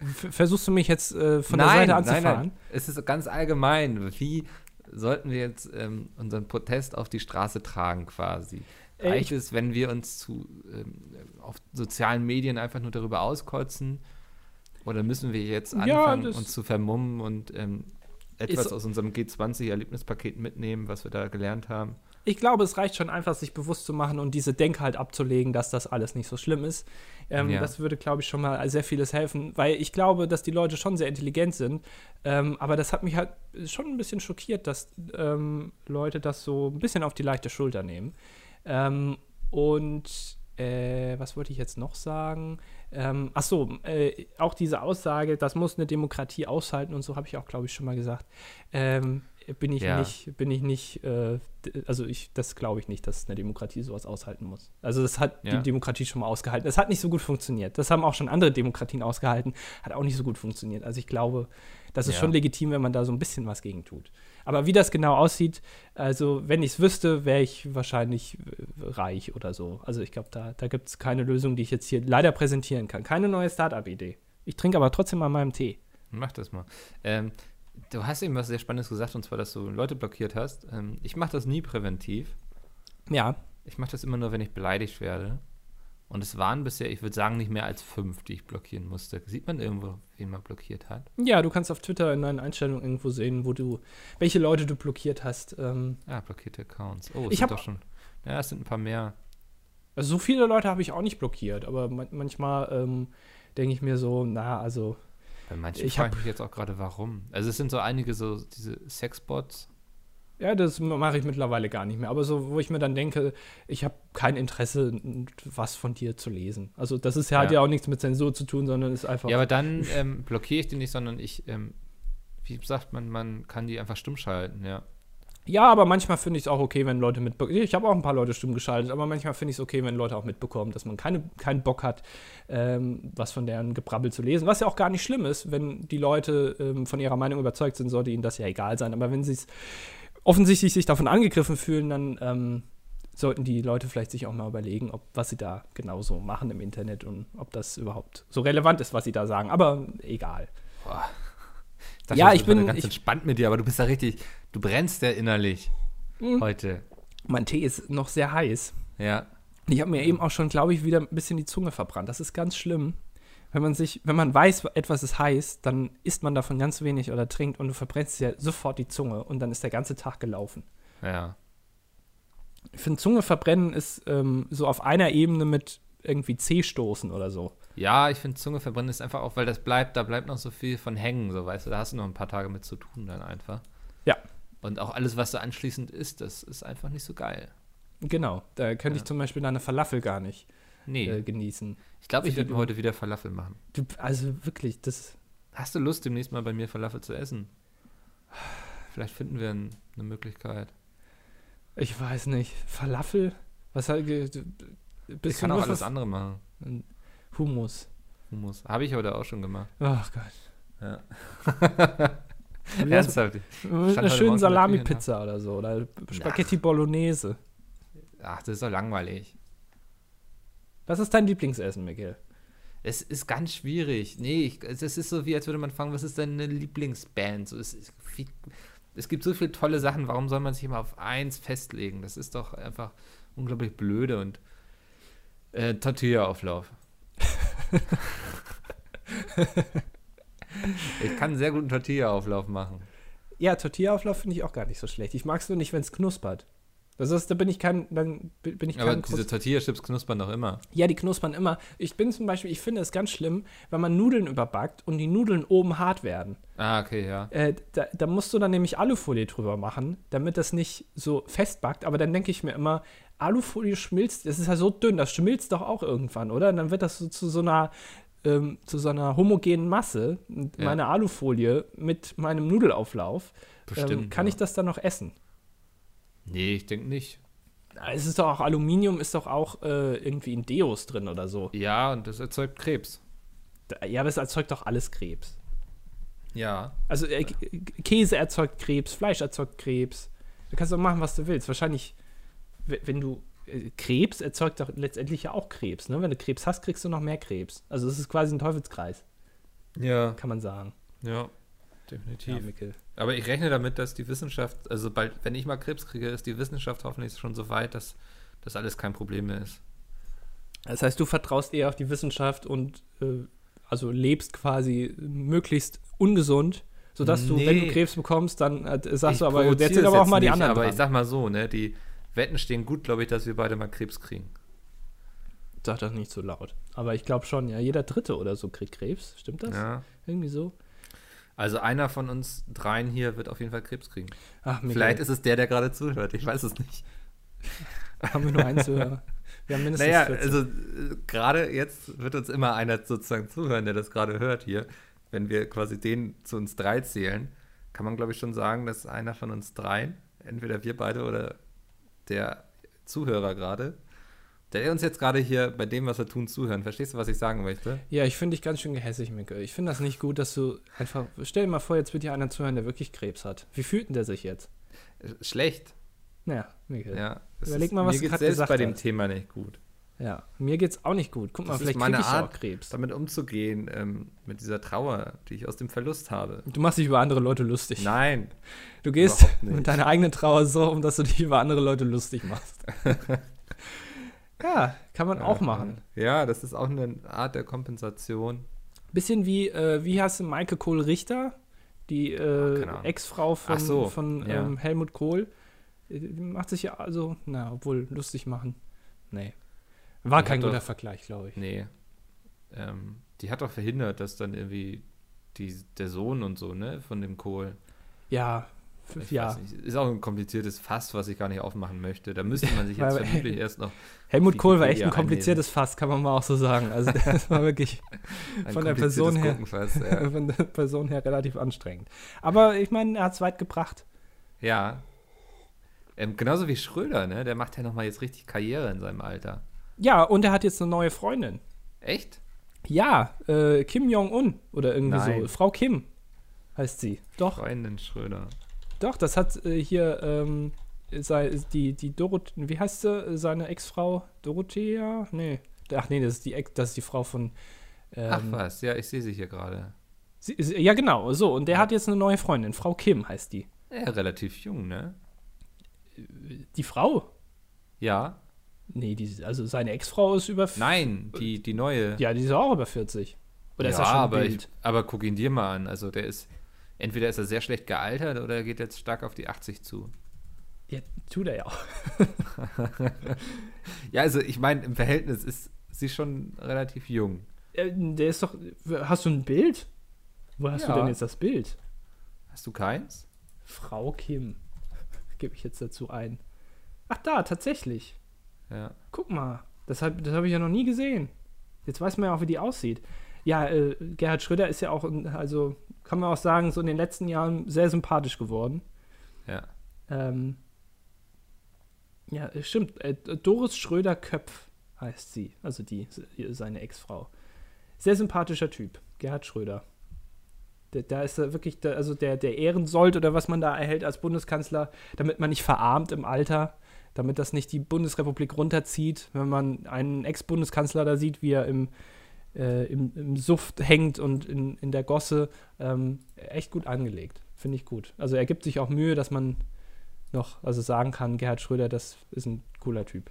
Speaker 2: v- versuchst du mich jetzt äh, von der Seite anzufahren?
Speaker 1: Es ist ganz allgemein. Wie sollten wir jetzt ähm, unseren Protest auf die Straße tragen quasi?
Speaker 2: Äh,
Speaker 1: Reicht es, wenn wir uns zu, ähm, auf sozialen Medien einfach nur darüber auskotzen? Oder müssen wir jetzt
Speaker 2: Ja,
Speaker 1: anfangen,
Speaker 2: das-
Speaker 1: uns zu vermummen und ähm, etwas
Speaker 2: Ist-
Speaker 1: aus unserem G20-Erlebnispaket mitnehmen, was wir da gelernt haben?
Speaker 2: Ich glaube, es reicht schon einfach, sich bewusst zu machen und diese Denkheit abzulegen, dass das alles nicht so schlimm ist. Ähm,
Speaker 1: Ja.
Speaker 2: Das würde, glaube ich, schon mal sehr vieles helfen, weil ich glaube, dass die Leute schon sehr intelligent sind. Ähm, aber das hat mich halt schon ein bisschen schockiert, dass ähm, Leute das so ein bisschen auf die leichte Schulter nehmen. Ähm, und äh, was wollte ich jetzt noch sagen? Ähm, ach so, äh, auch diese Aussage, das muss eine Demokratie aushalten und so habe ich auch, glaube ich, schon mal gesagt. Ähm, bin ich
Speaker 1: Ja.
Speaker 2: nicht, bin ich nicht, äh, d- also ich, das glaube ich nicht, dass eine Demokratie sowas aushalten muss. Also das hat
Speaker 1: Ja.
Speaker 2: die Demokratie schon mal ausgehalten. Das hat nicht so gut funktioniert. Das haben auch schon andere Demokratien ausgehalten, hat auch nicht so gut funktioniert. Also ich glaube, das ist
Speaker 1: Ja.
Speaker 2: schon legitim, wenn man da so ein bisschen was gegen tut. Aber wie das genau aussieht, also, wenn ich es wüsste, wäre ich wahrscheinlich äh, reich oder so. Also, ich glaube, da, da gibt es keine Lösung, die ich jetzt hier leider präsentieren kann. Keine neue Startup-Idee. Ich trinke aber trotzdem an meinem Tee.
Speaker 1: Mach das mal. Ähm, du hast eben was sehr Spannendes gesagt, und zwar, dass du Leute blockiert hast. Ähm, ich mache das nie präventiv.
Speaker 2: Ja,
Speaker 1: Ich mache das immer nur, wenn ich beleidigt werde. Und es waren bisher, ich würde sagen, nicht mehr als fünf, die ich blockieren musste. Sieht man irgendwo, wen man blockiert hat?
Speaker 2: ja, du kannst auf Twitter in deinen Einstellungen irgendwo sehen, wo du, welche Leute du blockiert hast. Ähm,
Speaker 1: Ah, blockierte Accounts. Oh, es
Speaker 2: Ich
Speaker 1: sind
Speaker 2: hab-
Speaker 1: doch schon. Ja, es sind ein paar mehr.
Speaker 2: also, so viele Leute habe ich auch nicht blockiert, aber man manchmal ähm, denke ich mir so, na, also,
Speaker 1: Bei manchen
Speaker 2: Ich
Speaker 1: frage ich mich jetzt auch gerade, warum. Also es sind so einige so diese Sexbots.
Speaker 2: ja, das mache ich mittlerweile gar nicht mehr. Aber so, wo ich mir dann denke, ich habe kein Interesse, n- was von dir zu lesen. Also, das ist ja, hat
Speaker 1: Ja.
Speaker 2: ja auch nichts mit Zensur zu tun, sondern ist einfach.
Speaker 1: Ja, aber dann ähm, blockiere ich die nicht, sondern ich, ähm, wie sagt man, man kann die einfach stumm schalten, ja.
Speaker 2: Ja, aber manchmal finde ich es auch okay, wenn Leute mitbekommen. Ich habe auch ein paar Leute stumm geschaltet, aber manchmal finde ich es okay, wenn Leute auch mitbekommen, dass man keine, keinen Bock hat, ähm, was von deren Gebrabbel zu lesen. Was ja auch gar nicht schlimm ist, wenn die Leute ähm, von ihrer Meinung überzeugt sind, sollte ihnen das ja egal sein. Aber wenn sie es offensichtlich sich davon angegriffen fühlen, dann ähm, sollten die Leute vielleicht sich auch mal überlegen, ob was sie da genauso machen im Internet und ob das überhaupt so relevant ist, was sie da sagen. Aber egal.
Speaker 1: Ich dachte,
Speaker 2: Ja,
Speaker 1: das
Speaker 2: ich
Speaker 1: ist heute
Speaker 2: bin-
Speaker 1: ganz
Speaker 2: ich-
Speaker 1: entspannt mit dir, aber du bist ja richtig, du brennst ja innerlich
Speaker 2: Mhm.
Speaker 1: heute.
Speaker 2: Mein Tee ist noch sehr heiß.
Speaker 1: Ja.
Speaker 2: Ich habe mir eben auch schon, glaube ich, wieder ein bisschen die Zunge verbrannt. Das ist ganz schlimm. Wenn man sich, wenn man weiß, etwas ist heiß, dann isst man davon ganz wenig oder trinkt und du verbrennst dir sofort die Zunge und dann ist der ganze Tag gelaufen.
Speaker 1: Ja.
Speaker 2: Ich finde, Zunge verbrennen ist ähm, so auf einer Ebene mit irgendwie Zeh stoßen oder so.
Speaker 1: Ja, ich finde Zunge verbrennen ist einfach auch, weil das bleibt, da bleibt noch so viel von hängen, so weißt du, da hast du noch ein paar Tage mit zu tun dann einfach.
Speaker 2: Ja.
Speaker 1: Und auch alles, was da anschließend ist, das ist einfach nicht so geil.
Speaker 2: Genau. Da könnte ich zum Beispiel deine Falafel gar nicht
Speaker 1: Nee,
Speaker 2: äh, genießen.
Speaker 1: ich glaube, ich
Speaker 2: für die
Speaker 1: werde mir heute wieder Falafel machen.
Speaker 2: Du, also wirklich, das.
Speaker 1: Hast du Lust, demnächst mal bei mir Falafel zu essen? Vielleicht finden wir n- eine Möglichkeit.
Speaker 2: Ich weiß nicht. Falafel? Was hat. ge- du- Bist
Speaker 1: ich kann
Speaker 2: du
Speaker 1: auch
Speaker 2: nur Hm,
Speaker 1: alles
Speaker 2: für-
Speaker 1: andere machen.
Speaker 2: Und Humus.
Speaker 1: Hummus. Habe ich heute auch schon gemacht.
Speaker 2: Ach Gott.
Speaker 1: Ja.
Speaker 2: Ernsthaft?
Speaker 1: Ernsthaft. Stand
Speaker 2: Eine
Speaker 1: heute Morgen
Speaker 2: schöne
Speaker 1: schon in der Küche
Speaker 2: Salami-Pizza oder so. Oder Spaghetti Bolognese.
Speaker 1: Ach, das ist doch langweilig.
Speaker 2: Was ist dein Lieblingsessen, Miguel?
Speaker 1: Es ist ganz schwierig. Nee, ich, es es ist so wie, als würde man fragen, was ist deine Lieblingsband? So, es, ist viel, es gibt so viele tolle Sachen, warum soll man sich immer auf eins festlegen? Das ist doch einfach unglaublich blöde und äh, Tortilla-Auflauf. ich kann einen sehr guten Tortilla-Auflauf machen.
Speaker 2: Ja, Tortilla-Auflauf finde ich auch gar nicht so schlecht. Ich mag es nur nicht, wenn es knuspert. Das ist, da bin ich kein, dann bin ich kein
Speaker 1: Aber
Speaker 2: Krust-
Speaker 1: diese Tortilla-Chips knuspern doch immer.
Speaker 2: Ja, die knuspern immer. Ich bin zum Beispiel, ich finde es ganz schlimm, wenn man Nudeln überbackt und die Nudeln oben hart werden.
Speaker 1: Ah, okay, ja.
Speaker 2: Äh, da, da musst du dann nämlich Alufolie drüber machen, damit das nicht so festbackt. Aber dann denke ich mir immer, Alufolie schmilzt, das ist ja so dünn, das schmilzt doch auch irgendwann, oder? Und dann wird das so zu so einer, ähm, zu so einer homogenen Masse, Und
Speaker 1: Ja.
Speaker 2: meine Alufolie mit meinem Nudelauflauf. ähm,
Speaker 1: Bestimmt,
Speaker 2: kann
Speaker 1: ja.
Speaker 2: ich das dann noch essen?
Speaker 1: Nee, ich denke nicht.
Speaker 2: Na, Es ist doch auch Aluminium, ist doch auch äh, irgendwie in Deos drin oder so.
Speaker 1: Ja, und das erzeugt Krebs.
Speaker 2: Da- Ja, aber es erzeugt doch alles Krebs.
Speaker 1: Ja.
Speaker 2: Also äh, K- K- Käse erzeugt Krebs, Fleisch erzeugt Krebs. Du kannst doch machen, was du willst. Wahrscheinlich, we- wenn du äh, Krebs erzeugt doch letztendlich ja auch Krebs. Ne? Wenn du Krebs hast, kriegst du noch mehr Krebs. Also es ist quasi ein Teufelskreis,
Speaker 1: Ja.
Speaker 2: kann man sagen.
Speaker 1: Ja.
Speaker 2: Ja,
Speaker 1: Definitiv.
Speaker 2: Mikkel.
Speaker 1: Aber ich rechne damit, dass die Wissenschaft, also bald, wenn ich mal Krebs kriege, ist die Wissenschaft hoffentlich schon so weit, dass das alles kein Problem mehr ist.
Speaker 2: Das heißt, du vertraust eher auf die Wissenschaft und äh, also lebst quasi möglichst ungesund, sodass du, wenn du
Speaker 1: Nee.
Speaker 2: Krebs bekommst, dann äh,
Speaker 1: ich
Speaker 2: sagst du aber,
Speaker 1: provoziere
Speaker 2: jetzt sind
Speaker 1: es
Speaker 2: aber auch mal die
Speaker 1: nicht,
Speaker 2: anderen
Speaker 1: Aber
Speaker 2: dran.
Speaker 1: ich sag mal so, ne, die Wetten stehen gut, glaube ich, dass wir beide mal Krebs kriegen.
Speaker 2: Sag das nicht so laut. Aber ich glaube schon, ja, jeder Dritte oder so kriegt Krebs. Stimmt das?
Speaker 1: Ja.
Speaker 2: Irgendwie so.
Speaker 1: Also einer von uns dreien hier wird auf jeden Fall Krebs kriegen.
Speaker 2: Ach, Miguel,
Speaker 1: Vielleicht ist es der, der gerade zuhört. Ich weiß es nicht.
Speaker 2: haben wir nur einen Zuhörer. Wir haben mindestens
Speaker 1: Naja,
Speaker 2: 14.
Speaker 1: also äh, gerade jetzt wird uns immer einer sozusagen zuhören, der das gerade hört hier. Wenn wir quasi den zu uns drei zählen, kann man glaube ich schon sagen, dass einer von uns dreien, entweder wir beide oder der Zuhörer gerade, der uns jetzt gerade hier bei dem, was wir tun, zuhören. Verstehst du, was ich sagen möchte?
Speaker 2: ja, ich finde dich ganz schön gehässig, Miguel. Ich finde das nicht gut, dass du einfach. Stell dir mal vor, jetzt wird hier einer zuhören, der wirklich Krebs hat. Wie fühlt denn der sich jetzt?
Speaker 1: Äh, Schlecht,
Speaker 2: Naja, Miguel. Ja.
Speaker 1: ja. Es
Speaker 2: Überleg mal, was
Speaker 1: mir
Speaker 2: du
Speaker 1: geht's
Speaker 2: gerade
Speaker 1: selbst
Speaker 2: gesagt
Speaker 1: bei dem
Speaker 2: hast.
Speaker 1: Thema nicht gut.
Speaker 2: Mir geht's auch nicht gut. Guck mal,
Speaker 1: Das ist
Speaker 2: vielleicht
Speaker 1: meine
Speaker 2: kriege ich ja auch
Speaker 1: Art.
Speaker 2: Krebs.
Speaker 1: Damit umzugehen, ähm, mit dieser Trauer, die ich aus dem Verlust habe.
Speaker 2: Du machst dich über andere Leute lustig.
Speaker 1: Nein,
Speaker 2: du gehst
Speaker 1: überhaupt nicht.
Speaker 2: mit deiner eigenen Trauer so um, dass du dich über andere Leute lustig machst. ja, kann man auch machen.
Speaker 1: Ja, das ist auch eine Art der Kompensation.
Speaker 2: Bisschen wie, äh, wie heißt sie, Maike Kohl-Richter, die
Speaker 1: Ach,
Speaker 2: äh,
Speaker 1: Ah, keine Ahnung.
Speaker 2: Ex-Frau von,
Speaker 1: Ach so,
Speaker 2: von
Speaker 1: ja.
Speaker 2: ähm, Helmut Kohl. Äh, Die macht sich ja also, na, obwohl, lustig machen. Nee. War
Speaker 1: Die
Speaker 2: kein
Speaker 1: hat doch-
Speaker 2: guter Vergleich, glaube ich.
Speaker 1: Nee. Ähm, die hat doch verhindert, dass dann irgendwie die, der Sohn und so, ne, von dem Kohl.
Speaker 2: Ja, f-
Speaker 1: Ich
Speaker 2: ja.
Speaker 1: weiß nicht, ist auch ein kompliziertes Fass, was ich gar nicht aufmachen möchte. Da müsste man sich
Speaker 2: Ja,
Speaker 1: jetzt
Speaker 2: aber-
Speaker 1: vermutlich erst noch
Speaker 2: Helmut Kohl war echt
Speaker 1: Wikipedia
Speaker 2: ein kompliziertes Fass, kann man mal auch so sagen. Also, das war wirklich
Speaker 1: ein
Speaker 2: Von der Person
Speaker 1: kompliziertes
Speaker 2: her.
Speaker 1: Gurkenfass, Ja.
Speaker 2: von der Person her relativ anstrengend. Aber ich meine, er hat es weit gebracht.
Speaker 1: ja. Ähm, genauso wie Schröder, ne? Der macht ja nochmal jetzt richtig Karriere in seinem Alter.
Speaker 2: Ja, und er hat jetzt eine neue Freundin.
Speaker 1: Echt?
Speaker 2: Ja, äh, Kim Jong-un oder irgendwie so.
Speaker 1: Nein.
Speaker 2: Frau Kim heißt sie. Doch.
Speaker 1: Freundin Schröder.
Speaker 2: Doch, das hat äh, hier ähm, sei, die, die Dorothee, wie heißt sie, äh, seine Ex-Frau? Dorothea? Nee. Ach nee, das ist die, Ex, das ist die Frau von. Ähm,
Speaker 1: Ach was, ja, ich sehe sie hier gerade.
Speaker 2: sie, sie, ja, genau, so. Und der hat jetzt eine neue Freundin. Frau Kim heißt die.
Speaker 1: Ja, relativ jung, ne?
Speaker 2: Die Frau?
Speaker 1: Ja.
Speaker 2: Nee, die, also seine Ex-Frau ist über.
Speaker 1: Nein, die, die neue.
Speaker 2: Ja, die ist auch über 40. Oder
Speaker 1: ja,
Speaker 2: ist das schon
Speaker 1: aber,
Speaker 2: aber
Speaker 1: ich, aber guck ihn dir mal an. Also der ist, entweder ist er sehr schlecht gealtert oder er geht jetzt stark auf die 80 zu.
Speaker 2: Ja, tut er ja auch.
Speaker 1: Ja, also ich meine, im Verhältnis ist sie schon relativ jung.
Speaker 2: Äh, Der ist doch. Hast du ein Bild? Wo hast
Speaker 1: Ja.
Speaker 2: du denn jetzt das Bild?
Speaker 1: Hast du keins?
Speaker 2: Frau Kim. Gebe ich jetzt dazu ein. Ach da, tatsächlich.
Speaker 1: Ja.
Speaker 2: Guck mal, das habe das hab ich ja noch nie gesehen. Jetzt weiß man ja auch, wie die aussieht. Ja, äh, Gerhard Schröder ist ja auch, ein- also kann man auch sagen, so in den letzten Jahren sehr sympathisch geworden.
Speaker 1: Ja.
Speaker 2: Ähm, ja, äh, stimmt. Äh, Doris Schröder-Köpf heißt sie, also die, seine Ex-Frau. Sehr sympathischer Typ, Gerhard Schröder. Da, da ist er wirklich, da, also der, der Ehrensold oder was man da erhält als Bundeskanzler, damit man nicht verarmt im Alter, damit das nicht die Bundesrepublik runterzieht, wenn man einen Ex-Bundeskanzler da sieht, wie er im, äh, im, im Suft hängt und in, in der Gosse. Ähm, echt gut angelegt, finde ich gut. Also er gibt sich auch Mühe, dass man noch also sagen kann, Gerhard Schröder, das ist ein cooler Typ.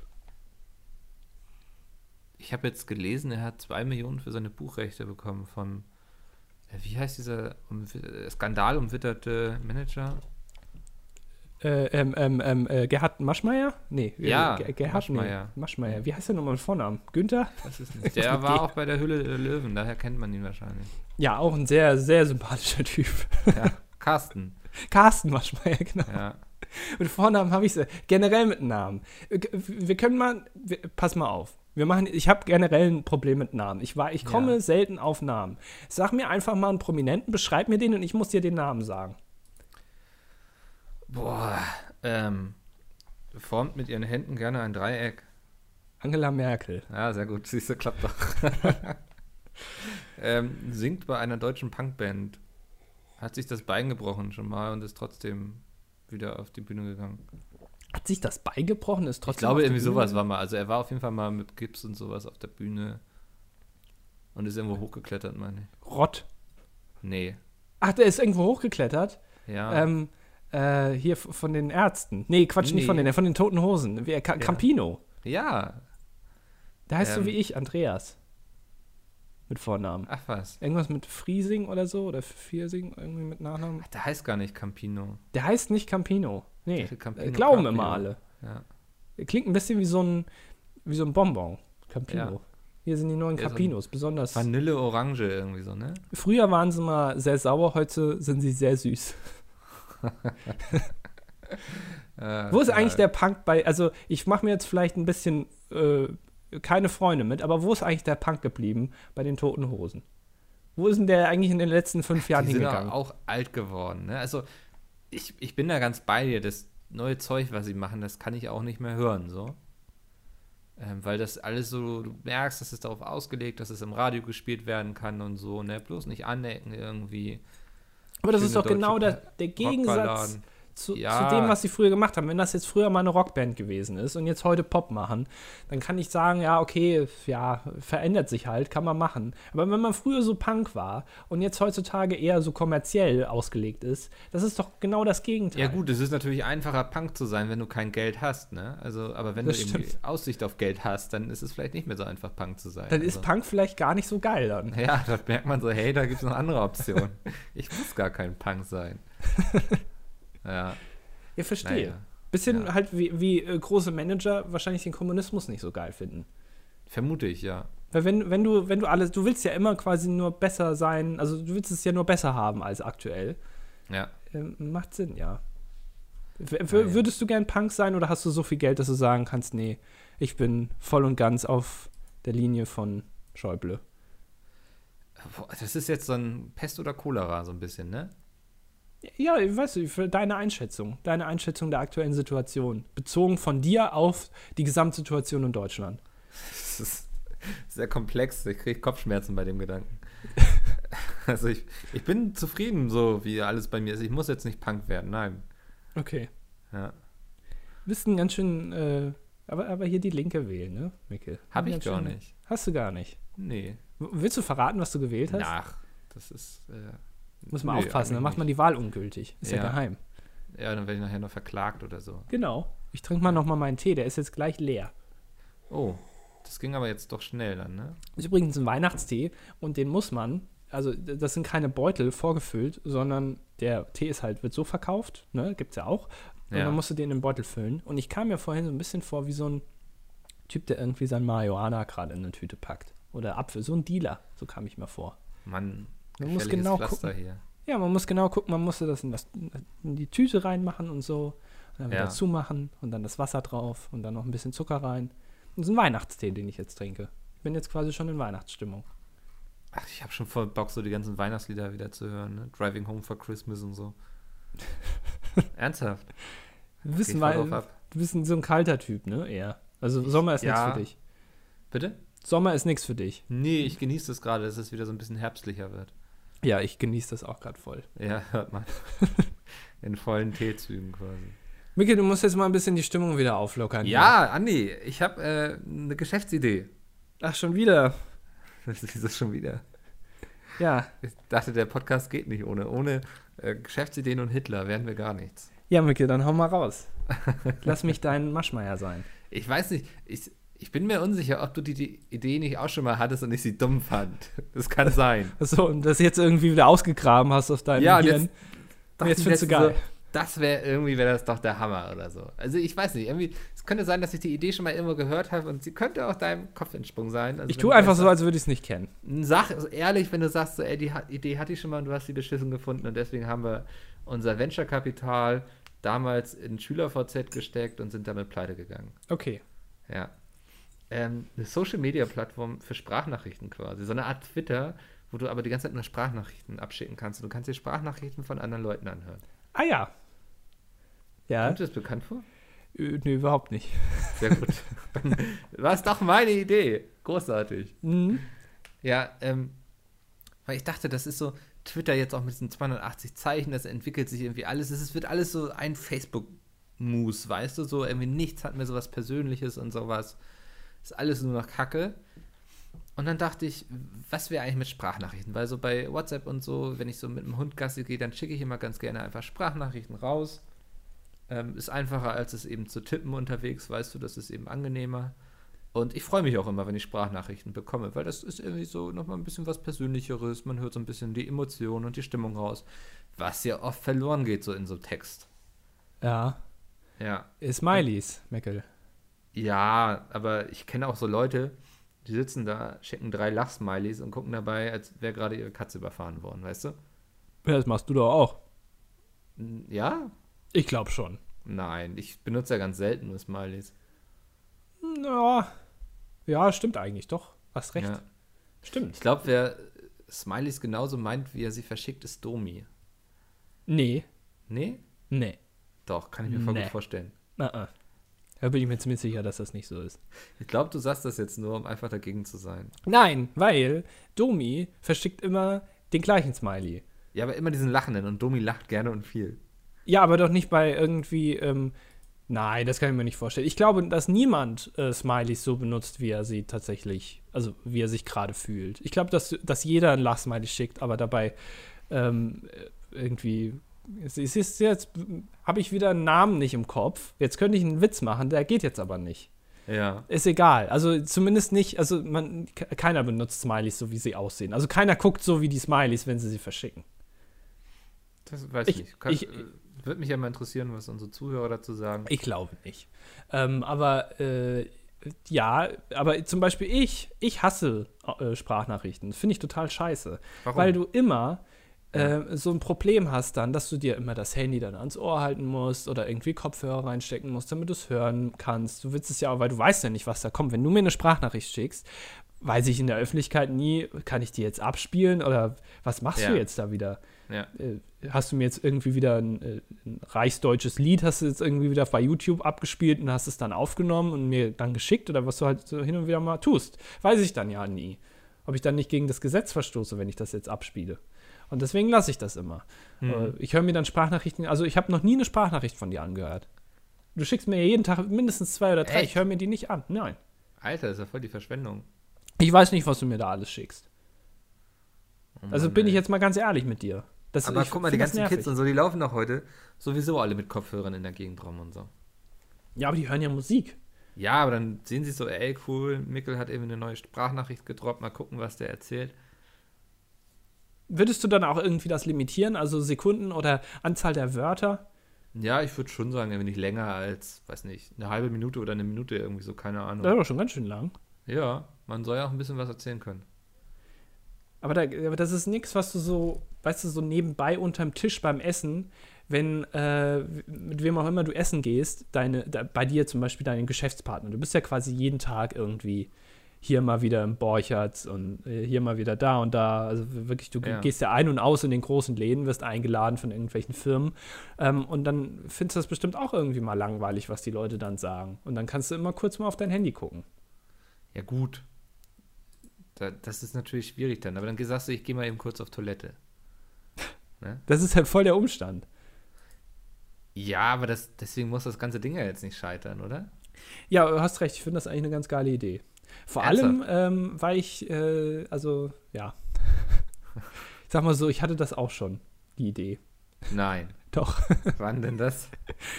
Speaker 1: Ich habe jetzt gelesen, er hat zwei Millionen für seine Buchrechte bekommen vom, wie heißt dieser um, skandalumwitterte Manager?
Speaker 2: Äh, ähm, ähm, äh, Gerhard Maschmeyer? Nee, äh,
Speaker 1: Ja,
Speaker 2: Ge- Gerhard Maschmeyer.
Speaker 1: Maschmeyer.
Speaker 2: Nee, Maschmeyer. Wie heißt der nochmal mit Vornamen? Günther?
Speaker 1: Das ist nicht. Der war auch bei der Hülle der Löwen, daher kennt man ihn wahrscheinlich.
Speaker 2: Ja, auch ein sehr, sehr sympathischer Typ.
Speaker 1: Ja, Carsten.
Speaker 2: Carsten Maschmeyer, genau.
Speaker 1: Ja.
Speaker 2: Mit Vornamen habe ich sie. Generell mit Namen. Äh, Wir können mal. Wir, pass mal auf. Wir machen, ich habe generell ein Problem mit Namen. Ich, war, ich komme
Speaker 1: Ja.
Speaker 2: selten auf Namen. Sag mir einfach mal einen Prominenten, beschreib mir den und ich muss dir den Namen sagen.
Speaker 1: Boah. Ähm, formt mit ihren Händen gerne ein Dreieck.
Speaker 2: Angela Merkel.
Speaker 1: Ja, sehr gut. Siehst du, klappt doch. ähm, singt bei einer deutschen Punkband. Hat sich das Bein gebrochen schon mal und ist trotzdem wieder auf die Bühne gegangen.
Speaker 2: Hat sich das beigebrochen? Ist
Speaker 1: Ich
Speaker 2: trotzdem.
Speaker 1: glaube,
Speaker 2: auf die
Speaker 1: irgendwie
Speaker 2: Bühne
Speaker 1: sowas
Speaker 2: gegangen?
Speaker 1: war mal. Also er war auf jeden Fall mal mit Gips und sowas auf der Bühne und ist irgendwo hochgeklettert, meine ich.
Speaker 2: Rott.
Speaker 1: Nee.
Speaker 2: Ach, der ist irgendwo hochgeklettert.
Speaker 1: Ja.
Speaker 2: Ähm, äh, hier f- von den Ärzten. Nee, Quatsch, nicht
Speaker 1: Nee.
Speaker 2: von denen, von den Toten Hosen. Wie, Ka
Speaker 1: Ja.
Speaker 2: Campino.
Speaker 1: Ja.
Speaker 2: Da heißt du
Speaker 1: Ähm.
Speaker 2: wie ich, Andreas. Mit Vornamen.
Speaker 1: Ach was.
Speaker 2: Irgendwas mit Friesing oder so oder Viersing, irgendwie mit Nachnamen.
Speaker 1: Ach, der heißt gar nicht Campino.
Speaker 2: Der heißt nicht Campino. Nee,
Speaker 1: Ich dachte, Campino
Speaker 2: äh, glauben
Speaker 1: Caprio.
Speaker 2: immer alle.
Speaker 1: Ja.
Speaker 2: Klingt ein bisschen wie so ein, wie so ein Bonbon. Campino.
Speaker 1: Ja.
Speaker 2: Hier sind die neuen
Speaker 1: Ja, so ein
Speaker 2: Campinos, besonders.
Speaker 1: Vanille Orange irgendwie so, ne?
Speaker 2: Früher waren sie mal sehr sauer, heute sind sie sehr süß.
Speaker 1: Äh,
Speaker 2: Wo ist eigentlich
Speaker 1: äh,
Speaker 2: der Punk bei, also ich mache mir jetzt vielleicht ein bisschen äh, keine Freunde mit, aber wo ist eigentlich der Punk geblieben bei den Toten Hosen? Wo ist denn der eigentlich in den letzten fünf Jahren
Speaker 1: die sind
Speaker 2: hingegangen?
Speaker 1: auch, auch alt geworden. Ne? Also ich, ich bin da ganz bei dir. Das neue Zeug, was sie machen, das kann ich auch nicht mehr hören, so. Ähm, weil das alles so, du merkst, das ist darauf ausgelegt, dass es im Radio gespielt werden kann und so, ne? Bloß nicht anecken irgendwie.
Speaker 2: aber das ist
Speaker 1: schöne
Speaker 2: doch genau der,
Speaker 1: deutsche
Speaker 2: der Gegensatz
Speaker 1: Rockballaden.
Speaker 2: zu,
Speaker 1: Ja.
Speaker 2: zu dem, was sie früher gemacht haben. Wenn das jetzt früher mal eine Rockband gewesen ist und jetzt heute Pop machen, dann kann ich sagen, ja, okay, ja, verändert sich halt, kann man machen. Aber wenn man früher so Punk war und jetzt heutzutage eher so kommerziell ausgelegt ist, das ist doch genau das Gegenteil.
Speaker 1: Ja gut, es ist natürlich einfacher, Punk zu sein, wenn du kein Geld hast, ne? Also, aber wenn
Speaker 2: Das
Speaker 1: du irgendwie
Speaker 2: stimmt.
Speaker 1: Aussicht auf Geld hast, dann ist es vielleicht nicht mehr so einfach, Punk zu sein.
Speaker 2: Dann ist
Speaker 1: also,
Speaker 2: Punk vielleicht gar nicht so geil dann.
Speaker 1: Ja, da merkt man so, hey, da gibt es noch andere Optionen. ich muss gar kein Punk sein. ja,
Speaker 2: Ja, verstehe.
Speaker 1: naja.
Speaker 2: Bisschen
Speaker 1: Ja.
Speaker 2: halt wie, wie äh, große Manager wahrscheinlich den Kommunismus nicht so geil finden.
Speaker 1: Vermute ich, ja.
Speaker 2: Weil wenn, wenn du, wenn du alles, du willst ja immer quasi nur besser sein, also du willst es ja nur besser haben als aktuell.
Speaker 1: Ja.
Speaker 2: Ähm, macht Sinn, ja. W w-
Speaker 1: ja.
Speaker 2: Würdest du gern Punk sein oder hast du so viel Geld, dass du sagen kannst, nee, ich bin voll und ganz auf der Linie von Schäuble?
Speaker 1: Boah, das ist jetzt so ein Pest oder Cholera, so ein bisschen, ne?
Speaker 2: Ja, ich weiß nicht, für deine Einschätzung, deine Einschätzung der aktuellen Situation, bezogen von dir auf die Gesamtsituation in Deutschland.
Speaker 1: Das ist sehr komplex. Ich kriege Kopfschmerzen bei dem Gedanken. also ich, ich bin zufrieden, so wie alles bei mir ist. Ich muss jetzt nicht Punk werden, nein.
Speaker 2: Okay.
Speaker 1: Ja.
Speaker 2: Bist ein ganz schön, äh, aber, aber hier die Linke wählen, ne, Mikkel?
Speaker 1: Habe ich
Speaker 2: Ganz
Speaker 1: gar
Speaker 2: schön-
Speaker 1: nicht.
Speaker 2: Hast du gar nicht.
Speaker 1: Nee.
Speaker 2: W- Willst du verraten, was du gewählt hast?
Speaker 1: Nach. Das ist. Äh,
Speaker 2: Muss man
Speaker 1: nö,
Speaker 2: aufpassen, dann macht
Speaker 1: eigentlich
Speaker 2: man die Wahl ungültig. Ist ja,
Speaker 1: Ja.
Speaker 2: geheim.
Speaker 1: nicht. Ja, dann werde ich nachher noch verklagt oder so.
Speaker 2: Genau. Ich trinke mal nochmal meinen Tee, der ist jetzt gleich leer.
Speaker 1: Oh, das ging aber jetzt doch schnell dann, ne?
Speaker 2: Ist übrigens ein Weihnachtstee und den muss man, also d- das sind keine Beutel vorgefüllt, sondern der Tee ist halt, wird so verkauft, ne, gibt's ja auch. Und
Speaker 1: Ja.
Speaker 2: dann musst du den in den Beutel füllen. Und ich kam mir vorhin so ein bisschen vor wie so ein Typ, der irgendwie sein Marihuana gerade in eine Tüte packt. Oder Apfel, so ein Dealer, so kam ich mir vor.
Speaker 1: Mann,
Speaker 2: Man muss
Speaker 1: gefährliches
Speaker 2: genau
Speaker 1: Pflaster hier.
Speaker 2: Ja, man muss genau gucken, man musste das in, das in die Tüte reinmachen und so. Und dann wieder
Speaker 1: Ja.
Speaker 2: zumachen und dann das Wasser drauf und dann noch ein bisschen Zucker rein. Und das ist ein Weihnachtstee, den ich jetzt trinke. Ich bin jetzt quasi schon in Weihnachtsstimmung.
Speaker 1: Ach, ich habe schon voll Bock, so die ganzen Weihnachtslieder wieder zu hören, ne? Driving Home for Christmas und so. Ernsthaft?
Speaker 2: Wir
Speaker 1: Geh
Speaker 2: wissen,
Speaker 1: ich voll
Speaker 2: weil,
Speaker 1: drauf ab.
Speaker 2: du bist ein- so ein kalter Typ, ne? Eher. Also Sommer ist nichts
Speaker 1: ja.
Speaker 2: für dich.
Speaker 1: Bitte?
Speaker 2: Sommer ist nichts für dich.
Speaker 1: Nee, ich genieße das gerade, dass es wieder so ein bisschen herbstlicher wird.
Speaker 2: Ja, ich genieße das auch gerade voll.
Speaker 1: Ja, hört man. In vollen Teezügen quasi.
Speaker 2: Micke, du musst jetzt mal ein bisschen die Stimmung wieder auflockern.
Speaker 1: Ja, Andi, ich habe äh, eine Geschäftsidee.
Speaker 2: Ach, schon wieder.
Speaker 1: Das ist es schon wieder.
Speaker 2: Ja.
Speaker 1: Ich dachte, der Podcast geht nicht ohne. Ohne äh, Geschäftsideen und Hitler wären wir gar nichts.
Speaker 2: Ja, Micke, dann hau mal raus. Lass mich dein Maschmeier sein.
Speaker 1: Ich weiß nicht, ich, ich bin mir unsicher, ob du die, die Idee nicht auch schon mal hattest und ich sie dumm fand. Das kann sein.
Speaker 2: Achso, und das jetzt irgendwie wieder ausgegraben hast auf deinem
Speaker 1: Ja, und
Speaker 2: Hirn.
Speaker 1: jetzt,
Speaker 2: Und
Speaker 1: dachte
Speaker 2: jetzt
Speaker 1: ich
Speaker 2: findest du
Speaker 1: letztens
Speaker 2: geil.
Speaker 1: So, also das wäre irgendwie wäre das doch der Hammer oder so. Also ich weiß nicht, irgendwie es könnte sein, dass ich die Idee schon mal irgendwo gehört habe und sie könnte auch deinem Kopf entsprungen sein. Also
Speaker 2: ich
Speaker 1: wenn
Speaker 2: tue
Speaker 1: du
Speaker 2: einfach
Speaker 1: jetzt
Speaker 2: so, als würde ich es nicht kennen.
Speaker 1: Sag also ehrlich, wenn du sagst, so, ey, die hat- Idee hatte ich schon mal und du hast die beschissen gefunden und deswegen haben wir unser Venture-Kapital damals in SchülerVZ gesteckt und sind damit pleite gegangen.
Speaker 2: Okay.
Speaker 1: Ja. Ähm, eine Social-Media-Plattform für Sprachnachrichten quasi. So eine Art Twitter, wo du aber die ganze Zeit nur Sprachnachrichten abschicken kannst. Und du kannst dir Sprachnachrichten von anderen Leuten anhören.
Speaker 2: Ah ja. Ja,
Speaker 1: Kommt dir das bekannt vor?
Speaker 2: äh, nee, überhaupt nicht.
Speaker 1: Sehr gut. Dann War es doch meine Idee. Großartig.
Speaker 2: Mhm.
Speaker 1: Ja, ähm, weil ich dachte, das ist so Twitter jetzt auch mit diesen 280 Zeichen, das entwickelt sich irgendwie alles. Es ist- wird alles so ein Facebook-Moose, weißt du? So irgendwie nichts hat mehr sowas Persönliches und sowas. Ist alles nur noch Kacke. Und dann dachte ich, was wäre eigentlich mit Sprachnachrichten? Weil so bei WhatsApp und so, wenn ich so mit dem Hund Gassi gehe, dann schicke ich immer ganz gerne einfach Sprachnachrichten raus. Ähm, ist einfacher, als es eben zu tippen unterwegs, weißt du, das ist eben angenehmer. Und ich freue mich auch immer, wenn ich Sprachnachrichten bekomme, weil das ist irgendwie so nochmal ein bisschen was Persönlicheres. Man hört so ein bisschen die Emotionen und die Stimmung raus, was ja oft verloren geht, so in so Text.
Speaker 2: Ja.
Speaker 1: Ja.
Speaker 2: Smileys, Meckel.
Speaker 1: Ja, aber ich kenne auch so Leute, die sitzen da, schicken drei Lachsmileys und gucken dabei, als wäre gerade ihre Katze überfahren worden, weißt du?
Speaker 2: Ja, das machst du doch auch.
Speaker 1: N- Ja?
Speaker 2: Ich glaube schon.
Speaker 1: Nein, ich benutze ja ganz selten nur Smileys.
Speaker 2: Ja. ja, stimmt eigentlich, doch. Hast recht.
Speaker 1: Ja.
Speaker 2: Stimmt.
Speaker 1: Ich glaube, wer Smileys genauso meint, wie er sie verschickt, ist Domi.
Speaker 2: Nee,
Speaker 1: Nee?
Speaker 2: nee.
Speaker 1: Doch, kann ich mir voll
Speaker 2: Nee.
Speaker 1: gut vorstellen.
Speaker 2: Ah, ah. Da bin ich mir ziemlich sicher, dass das nicht so ist.
Speaker 1: Ich glaube, du sagst das jetzt nur, um einfach dagegen zu sein.
Speaker 2: Nein, weil Domi verschickt immer den gleichen Smiley.
Speaker 1: Ja, aber immer diesen Lachenden und Domi lacht gerne und viel.
Speaker 2: Ja, aber doch nicht bei irgendwie. Ähm, nein, das kann ich mir nicht vorstellen. Ich glaube, dass niemand äh, Smileys so benutzt, wie er sie tatsächlich, also wie er sich gerade fühlt. Ich glaube, dass, dass jeder ein Lachsmiley schickt, aber dabei ähm, äh, irgendwie. Es es ist jetzt, habe ich wieder einen Namen nicht im Kopf. Jetzt könnte ich einen Witz machen, der geht jetzt aber nicht.
Speaker 1: Ja.
Speaker 2: Ist egal. Also zumindest nicht, also man, ke- keiner benutzt Smileys so, wie sie aussehen. Also keiner guckt so wie die Smileys, wenn sie sie verschicken.
Speaker 1: Das weiß
Speaker 2: Ich-
Speaker 1: ich nicht. Kann,
Speaker 2: ich-
Speaker 1: äh, Würde mich ja mal interessieren, was unsere Zuhörer dazu sagen.
Speaker 2: Ich glaube nicht. Ähm, aber äh, ja, aber zum Beispiel ich, ich hasse äh, Sprachnachrichten. Finde ich total scheiße.
Speaker 1: Warum?
Speaker 2: Weil du immer äh, so ein Problem hast dann, dass du dir immer das Handy dann ans Ohr halten musst oder irgendwie Kopfhörer reinstecken musst, damit du es hören kannst. Du willst es ja, weil du weißt ja nicht, was da kommt. Wenn du mir eine Sprachnachricht schickst, weiß ich in der Öffentlichkeit nie, kann ich die jetzt abspielen oder was machst
Speaker 1: Ja.
Speaker 2: du jetzt da wieder?
Speaker 1: ja.
Speaker 2: äh, hast du mir jetzt irgendwie wieder ein, äh, ein reichsdeutsches Lied, hast du jetzt irgendwie wieder bei YouTube abgespielt und hast es dann aufgenommen und mir dann geschickt oder was du halt so hin und wieder mal tust. Weiß ich dann ja nie. Ob ich dann nicht gegen das Gesetz verstoße, wenn ich das jetzt abspiele. Und deswegen lasse ich das immer.
Speaker 1: Hm.
Speaker 2: Äh, Ich höre mir dann Sprachnachrichten, also ich habe noch nie eine Sprachnachricht von dir angehört. Du schickst mir ja jeden Tag mindestens zwei oder drei,
Speaker 1: Echt?
Speaker 2: ich höre mir die nicht an. Nein.
Speaker 1: Alter, ist ja voll die Verschwendung.
Speaker 2: Ich weiß nicht, was du mir da alles schickst.
Speaker 1: Oh
Speaker 2: Also
Speaker 1: Mann,
Speaker 2: bin
Speaker 1: ey.
Speaker 2: ich jetzt mal ganz ehrlich mit dir. Das,
Speaker 1: Aber
Speaker 2: Also ich
Speaker 1: guck mal, die
Speaker 2: find das
Speaker 1: ganzen
Speaker 2: nervig.
Speaker 1: Kids und so, die laufen doch heute sowieso alle mit Kopfhörern in der Gegend rum und so.
Speaker 2: Ja, aber die hören ja Musik.
Speaker 1: Ja, aber dann sehen sie so, ey, cool, Mickel hat eben eine neue Sprachnachricht gedroppt, mal gucken, was der erzählt.
Speaker 2: Würdest du dann auch irgendwie das limitieren, also Sekunden oder Anzahl der Wörter?
Speaker 1: Ja, ich würde schon sagen, wenn nicht länger als, weiß nicht, eine halbe Minute oder eine Minute irgendwie so, keine
Speaker 2: Das ist
Speaker 1: Ahnung.
Speaker 2: doch schon ganz schön lang.
Speaker 1: Ja, man soll ja auch ein bisschen was erzählen können.
Speaker 2: Aber, da, aber das ist nichts, was du so, weißt du, so nebenbei unterm Tisch beim Essen, wenn äh, mit wem auch immer du essen gehst, deine, da, bei dir zum Beispiel deinen Geschäftspartner. Du bist ja quasi jeden Tag irgendwie hier mal wieder im Borcherts und äh, hier mal wieder da und da. Also wirklich, du
Speaker 1: Ja.
Speaker 2: gehst ja ein und aus in den großen Läden, wirst eingeladen von irgendwelchen Firmen. Ähm, und dann findest du das bestimmt auch irgendwie mal langweilig, was die Leute dann sagen. Und dann kannst du immer kurz mal auf dein Handy gucken.
Speaker 1: Ja, gut. Da, das ist natürlich schwierig dann. Aber dann sagst du, ich gehe mal eben kurz auf Toilette. Ne?
Speaker 2: Das ist halt voll der Umstand.
Speaker 1: Ja, aber das, deswegen muss das ganze Ding ja jetzt nicht scheitern, oder?
Speaker 2: Ja, du hast recht. Ich finde das eigentlich eine ganz geile Idee. Vor allem, ähm, weil ich, äh, also, ja. Ich sag mal so, ich hatte das auch schon, die Idee.
Speaker 1: Nein.
Speaker 2: Doch.
Speaker 1: Wann denn das?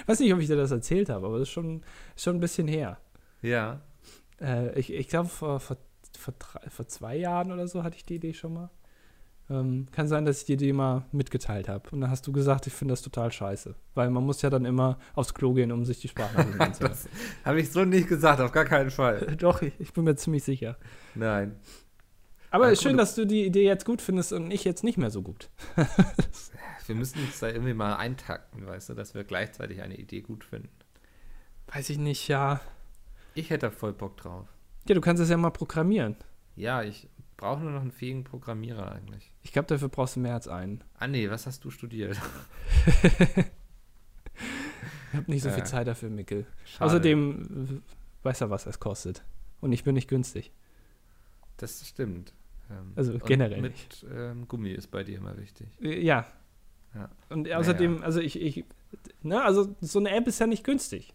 Speaker 2: Weiß nicht, ob ich dir das erzählt habe, aber das ist schon, ist schon ein bisschen her.
Speaker 1: Ja.
Speaker 2: Äh, ich ich glaube, vor, vor, vor, drei- vor zwei Jahren oder so hatte ich die Idee schon mal. Ähm, kann sein, dass ich dir die mal mitgeteilt habe. Und dann hast du gesagt, ich finde das total scheiße. Weil man muss ja dann immer aufs Klo gehen, um sich die Sprachnachrichten anzuhören.
Speaker 1: Das habe ich so nicht gesagt, auf gar keinen Fall.
Speaker 2: äh, Doch, ich, ich bin mir ziemlich sicher.
Speaker 1: Nein.
Speaker 2: Aber
Speaker 1: Ja,
Speaker 2: ist schön,
Speaker 1: cool.
Speaker 2: dass du die Idee jetzt gut findest und ich jetzt nicht mehr so gut.
Speaker 1: Wir müssen uns da irgendwie mal eintakten, weißt du, dass wir gleichzeitig eine Idee gut finden.
Speaker 2: Weiß ich nicht, ja.
Speaker 1: Ich hätte da voll Bock drauf.
Speaker 2: Ja, du kannst es ja mal programmieren.
Speaker 1: Ja, ich brauche nur noch einen fähigen Programmierer eigentlich.
Speaker 2: Ich glaube, dafür brauchst du mehr als einen.
Speaker 1: Ah nee, was hast du studiert?
Speaker 2: Ich habe nicht so
Speaker 1: Ja.
Speaker 2: viel Zeit dafür, Mickel.
Speaker 1: Schade.
Speaker 2: Außerdem äh, weiß er, was es kostet. Und ich bin nicht günstig.
Speaker 1: Das stimmt. Ähm,
Speaker 2: Also
Speaker 1: und
Speaker 2: generell
Speaker 1: Mit ähm, Gummi ist bei dir immer wichtig.
Speaker 2: Äh, Ja.
Speaker 1: Ja.
Speaker 2: Und außerdem, also ich, ich, ne, also so eine App ist ja nicht günstig.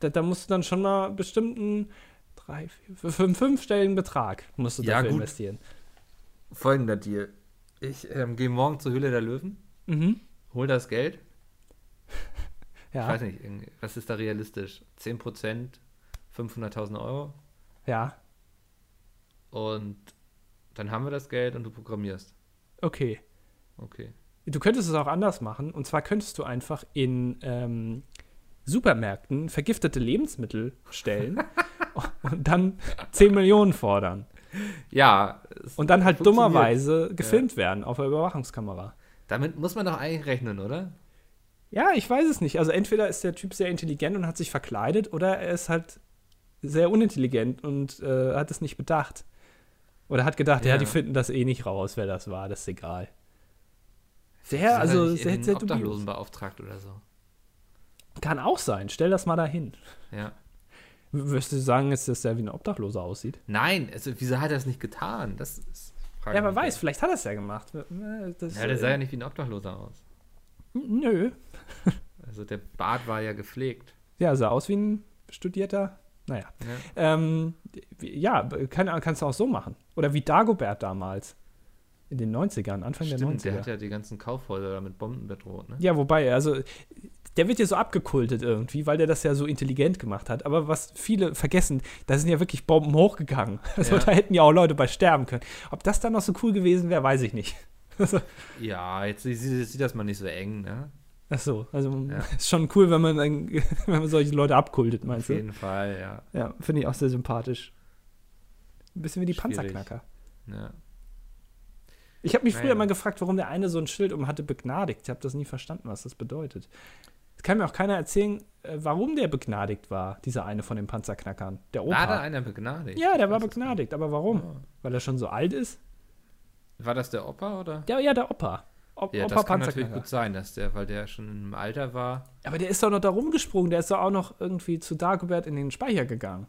Speaker 2: Da, da musst du dann schon mal bestimmten drei, vier, fünf, fünf- fünfstelligen Betrag musst du
Speaker 1: Ja,
Speaker 2: dafür
Speaker 1: gut.
Speaker 2: investieren.
Speaker 1: Folgender Deal. Ich ähm, gehe morgen zur Höhle der Löwen,
Speaker 2: Mhm.
Speaker 1: hol das Geld. Ich
Speaker 2: Ja,
Speaker 1: weiß nicht, irgendwie- was ist da realistisch? 10%, 500.000 Euro
Speaker 2: ja,
Speaker 1: und dann haben wir das Geld und du programmierst.
Speaker 2: okay.
Speaker 1: Okay.
Speaker 2: Du könntest es auch anders machen. Und zwar könntest du einfach in ähm, Supermärkten vergiftete Lebensmittel stellen und dann 10 Millionen fordern.
Speaker 1: Ja, es-
Speaker 2: Und dann halt
Speaker 1: Funktioniert.
Speaker 2: dummerweise gefilmt werden auf der Überwachungskamera.
Speaker 1: damit muss man doch eigentlich rechnen, oder?
Speaker 2: Ja, ich weiß es nicht. Also entweder ist der Typ sehr intelligent und hat sich verkleidet oder er ist halt sehr unintelligent und äh, hat es nicht bedacht. Oder hat gedacht, ja.
Speaker 1: Ja.
Speaker 2: die finden das eh nicht raus, wer das war, das ist egal.
Speaker 1: Ist
Speaker 2: Sehr,
Speaker 1: das
Speaker 2: also
Speaker 1: nicht
Speaker 2: sehr,
Speaker 1: in
Speaker 2: sehr dubios.
Speaker 1: Obdachlosenbeauftragt oder so.
Speaker 2: Kann auch sein, stell das mal dahin.
Speaker 1: Ja.
Speaker 2: W- Würdest du sagen, dass das ja wie ein Obdachloser aussieht?
Speaker 1: Nein, also wieso hat er das nicht getan? Das ist
Speaker 2: Ja, wer weiß, vielleicht hat er es ja gemacht. Äh, Das,
Speaker 1: Ja, der sah
Speaker 2: äh,
Speaker 1: ja nicht wie ein Obdachloser aus.
Speaker 2: Nö.
Speaker 1: Also der Bart war ja gepflegt.
Speaker 2: Ja, sah aus wie ein studierter. Naja.
Speaker 1: Ja.
Speaker 2: Ähm, ja, kann, kannst du auch so machen. Oder wie Dagobert damals. In den 90ern, Anfang
Speaker 1: Stimmt, der
Speaker 2: der 90er.
Speaker 1: hat ja die ganzen Kaufhäuser da mit Bomben bedroht, ne?
Speaker 2: ja, wobei, also der wird ja so abgekultet irgendwie, weil der das ja so intelligent gemacht hat. Aber was viele vergessen, da sind ja wirklich Bomben hochgegangen. Also
Speaker 1: Ja.
Speaker 2: da hätten ja auch Leute bei sterben können. Ob das dann noch so cool gewesen wäre, weiß ich nicht. Also,
Speaker 1: Ja, jetzt sieht sie, das mal nicht so eng, ne?
Speaker 2: ach so, also
Speaker 1: Ja.
Speaker 2: ist schon cool, wenn man, dann, wenn man solche Leute abkultet,
Speaker 1: Auf
Speaker 2: meinst du?
Speaker 1: jeden Fall, ja.
Speaker 2: Ja, finde ich auch sehr sympathisch. Ein bisschen wie die
Speaker 1: Schwierig.
Speaker 2: Panzerknacker.
Speaker 1: ja.
Speaker 2: Ich habe mich
Speaker 1: Naja.
Speaker 2: früher mal gefragt, warum der eine so ein Schild um hatte begnadigt. Ich habe das nie verstanden, was das bedeutet. Es kann mir auch keiner erzählen, äh, warum der begnadigt war, dieser eine von den Panzerknackern. Der Opa.
Speaker 1: War da einer begnadigt?
Speaker 2: ja, der war
Speaker 1: Das ist-
Speaker 2: begnadigt, aber warum?
Speaker 1: Ja.
Speaker 2: Weil er schon so alt ist?
Speaker 1: War das der Opa oder?
Speaker 2: Ja, ja, der Opa. O
Speaker 1: Ja,
Speaker 2: Opa
Speaker 1: das kann natürlich
Speaker 2: Panzerknacker.
Speaker 1: gut sein, dass der, weil der schon im Alter war.
Speaker 2: Aber der ist doch noch da rumgesprungen, der ist doch auch noch irgendwie zu Dagobert in den Speicher gegangen.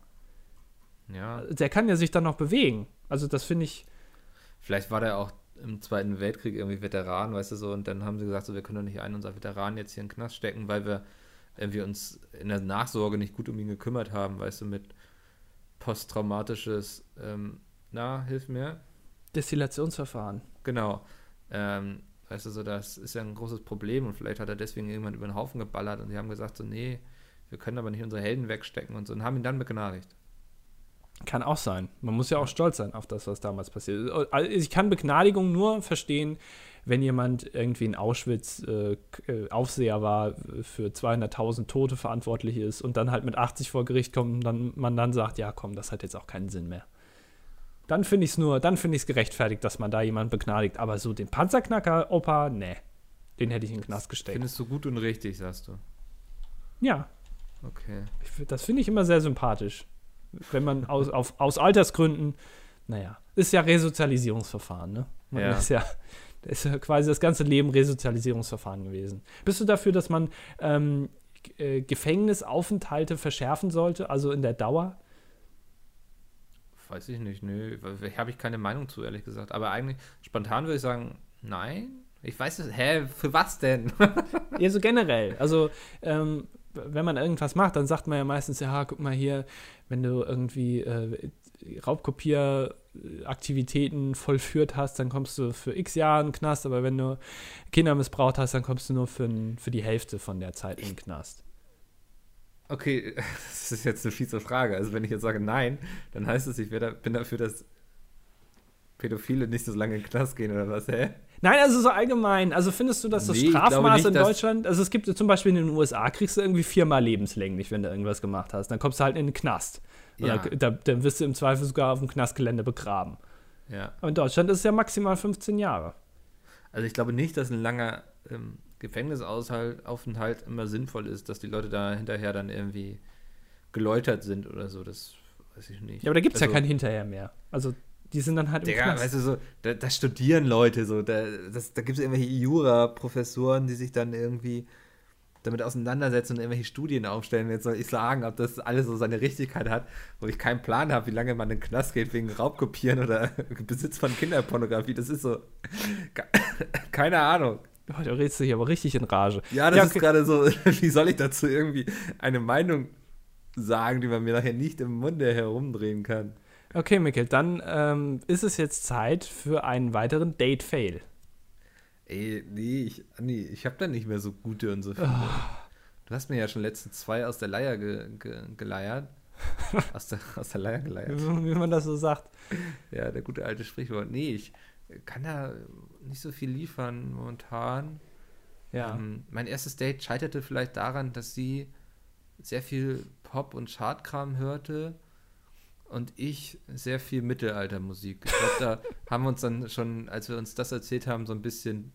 Speaker 1: Ja,
Speaker 2: Der kann ja sich dann noch bewegen. Also das finde ich.
Speaker 1: vielleicht war der auch im Zweiten Weltkrieg irgendwie Veteran, weißt du so, und dann haben sie gesagt, so, wir können doch nicht einen unserer Veteranen jetzt hier in den Knast stecken, weil wir irgendwie uns in der Nachsorge nicht gut um ihn gekümmert haben, weißt du, mit posttraumatisches, ähm, na, hilf mir,
Speaker 2: Destillationsverfahren.
Speaker 1: Genau. Ähm, weißt du, so, das ist ja ein großes Problem und vielleicht hat er deswegen irgendwann über den Haufen geballert und sie haben gesagt, so, nee, wir können aber nicht unsere Helden wegstecken und so und haben ihn dann begnadigt.
Speaker 2: Kann auch sein. Man muss ja auch stolz sein auf das, was damals passiert ist. Also Ich kann Begnadigung nur verstehen, wenn jemand irgendwie in Auschwitz äh, k- äh, Aufseher war, äh, für 200.000 Tote verantwortlich ist und dann halt mit 80 vor Gericht kommt und dann, man dann sagt, ja komm, das hat jetzt auch keinen Sinn mehr. Dann finde ich es nur, dann finde ich es gerechtfertigt, dass man da jemanden begnadigt. Aber so den Panzerknacker, Opa, nee. Den hätte ich in den Knast gesteckt.
Speaker 1: Findest du gut und richtig, sagst du.
Speaker 2: Ja,
Speaker 1: Okay.
Speaker 2: ich fi- das finde ich immer sehr sympathisch. Wenn man aus, auf, aus Altersgründen, naja, ist ja Resozialisierungsverfahren, ne? Man
Speaker 1: Ja.
Speaker 2: Ist ja. Ist ja quasi das ganze Leben Resozialisierungsverfahren gewesen. Bist du dafür, dass man ähm, g- äh, Gefängnisaufenthalte verschärfen sollte, also in der Dauer?
Speaker 1: Weiß ich nicht, nö. Habe ich keine Meinung zu, ehrlich gesagt. Aber eigentlich, spontan würde ich sagen, nein. Ich weiß es, hä, für was denn?
Speaker 2: Ja, so generell. Also, ähm, wenn man irgendwas macht, dann sagt man ja meistens, ja, guck mal hier, wenn du irgendwie äh, Raubkopieraktivitäten vollführt hast, dann kommst du für x Jahre in den Knast, aber wenn du Kinder missbraucht hast, dann kommst du nur für, n- für die Hälfte von der Zeit in den Knast.
Speaker 1: Okay, das ist jetzt eine fiese Frage. Also wenn ich jetzt sage nein, dann heißt es, ich wär da, bin dafür, dass Pädophile nicht so lange in den Knast gehen oder was, hä?
Speaker 2: Nein, also so allgemein. Also findest du, dass das
Speaker 1: Nee, ich glaube
Speaker 2: Strafmaß
Speaker 1: nicht,
Speaker 2: in
Speaker 1: dass-
Speaker 2: Deutschland, also es gibt zum Beispiel in den USA, kriegst du irgendwie viermal lebenslänglich, wenn du irgendwas gemacht hast. Dann kommst du halt in den Knast. Oder
Speaker 1: Ja.
Speaker 2: da, dann wirst du im Zweifel sogar auf dem Knastgelände begraben.
Speaker 1: Ja.
Speaker 2: Aber in Deutschland ist es ja maximal 15 Jahre.
Speaker 1: Also ich glaube nicht, dass ein langer ähm, Gefängnisaufenthalt immer sinnvoll ist, dass die Leute da hinterher dann irgendwie geläutert sind oder so. Das weiß ich nicht.
Speaker 2: Ja, aber da gibt es ja
Speaker 1: Also-
Speaker 2: kein Hinterher mehr. Also die sind dann halt im
Speaker 1: Digga,
Speaker 2: Knast.
Speaker 1: weißt du, so, da, da studieren Leute so, da, das, da gibt es irgendwelche Jura-Professoren, die sich dann irgendwie damit auseinandersetzen und irgendwelche Studien aufstellen. Jetzt soll ich sagen, ob das alles so seine Richtigkeit hat, wo ich keinen Plan habe, wie lange man in den Knast geht wegen Raubkopieren oder Besitz von Kinderpornografie. Das ist so, ke- keine Ahnung.
Speaker 2: Oh, da redest du hier aber richtig in Rage.
Speaker 1: Ja, das
Speaker 2: okay.
Speaker 1: ist gerade so, wie soll ich dazu irgendwie eine Meinung sagen, die man mir nachher nicht im Munde herumdrehen kann?
Speaker 2: Okay, Mikkel, dann ähm, ist es jetzt Zeit für einen weiteren Date-Fail.
Speaker 1: Ey, nee, ich, nee, ich habe da nicht mehr so gute und so viele. Du hast mir ja schon letzte zwei aus der Leier ge, ge, geleiert. Aus der, aus der Leier geleiert.
Speaker 2: Wie man das so sagt.
Speaker 1: Ja, der gute alte Sprichwort. Nee, ich kann da nicht so viel liefern momentan.
Speaker 2: Ja.
Speaker 1: Ähm, mein erstes Date scheiterte vielleicht daran, dass sie sehr viel Pop- und Chartkram hörte und ich sehr viel Mittelaltermusik. Ich glaube, da haben wir uns dann schon, als wir uns das erzählt haben, so ein bisschen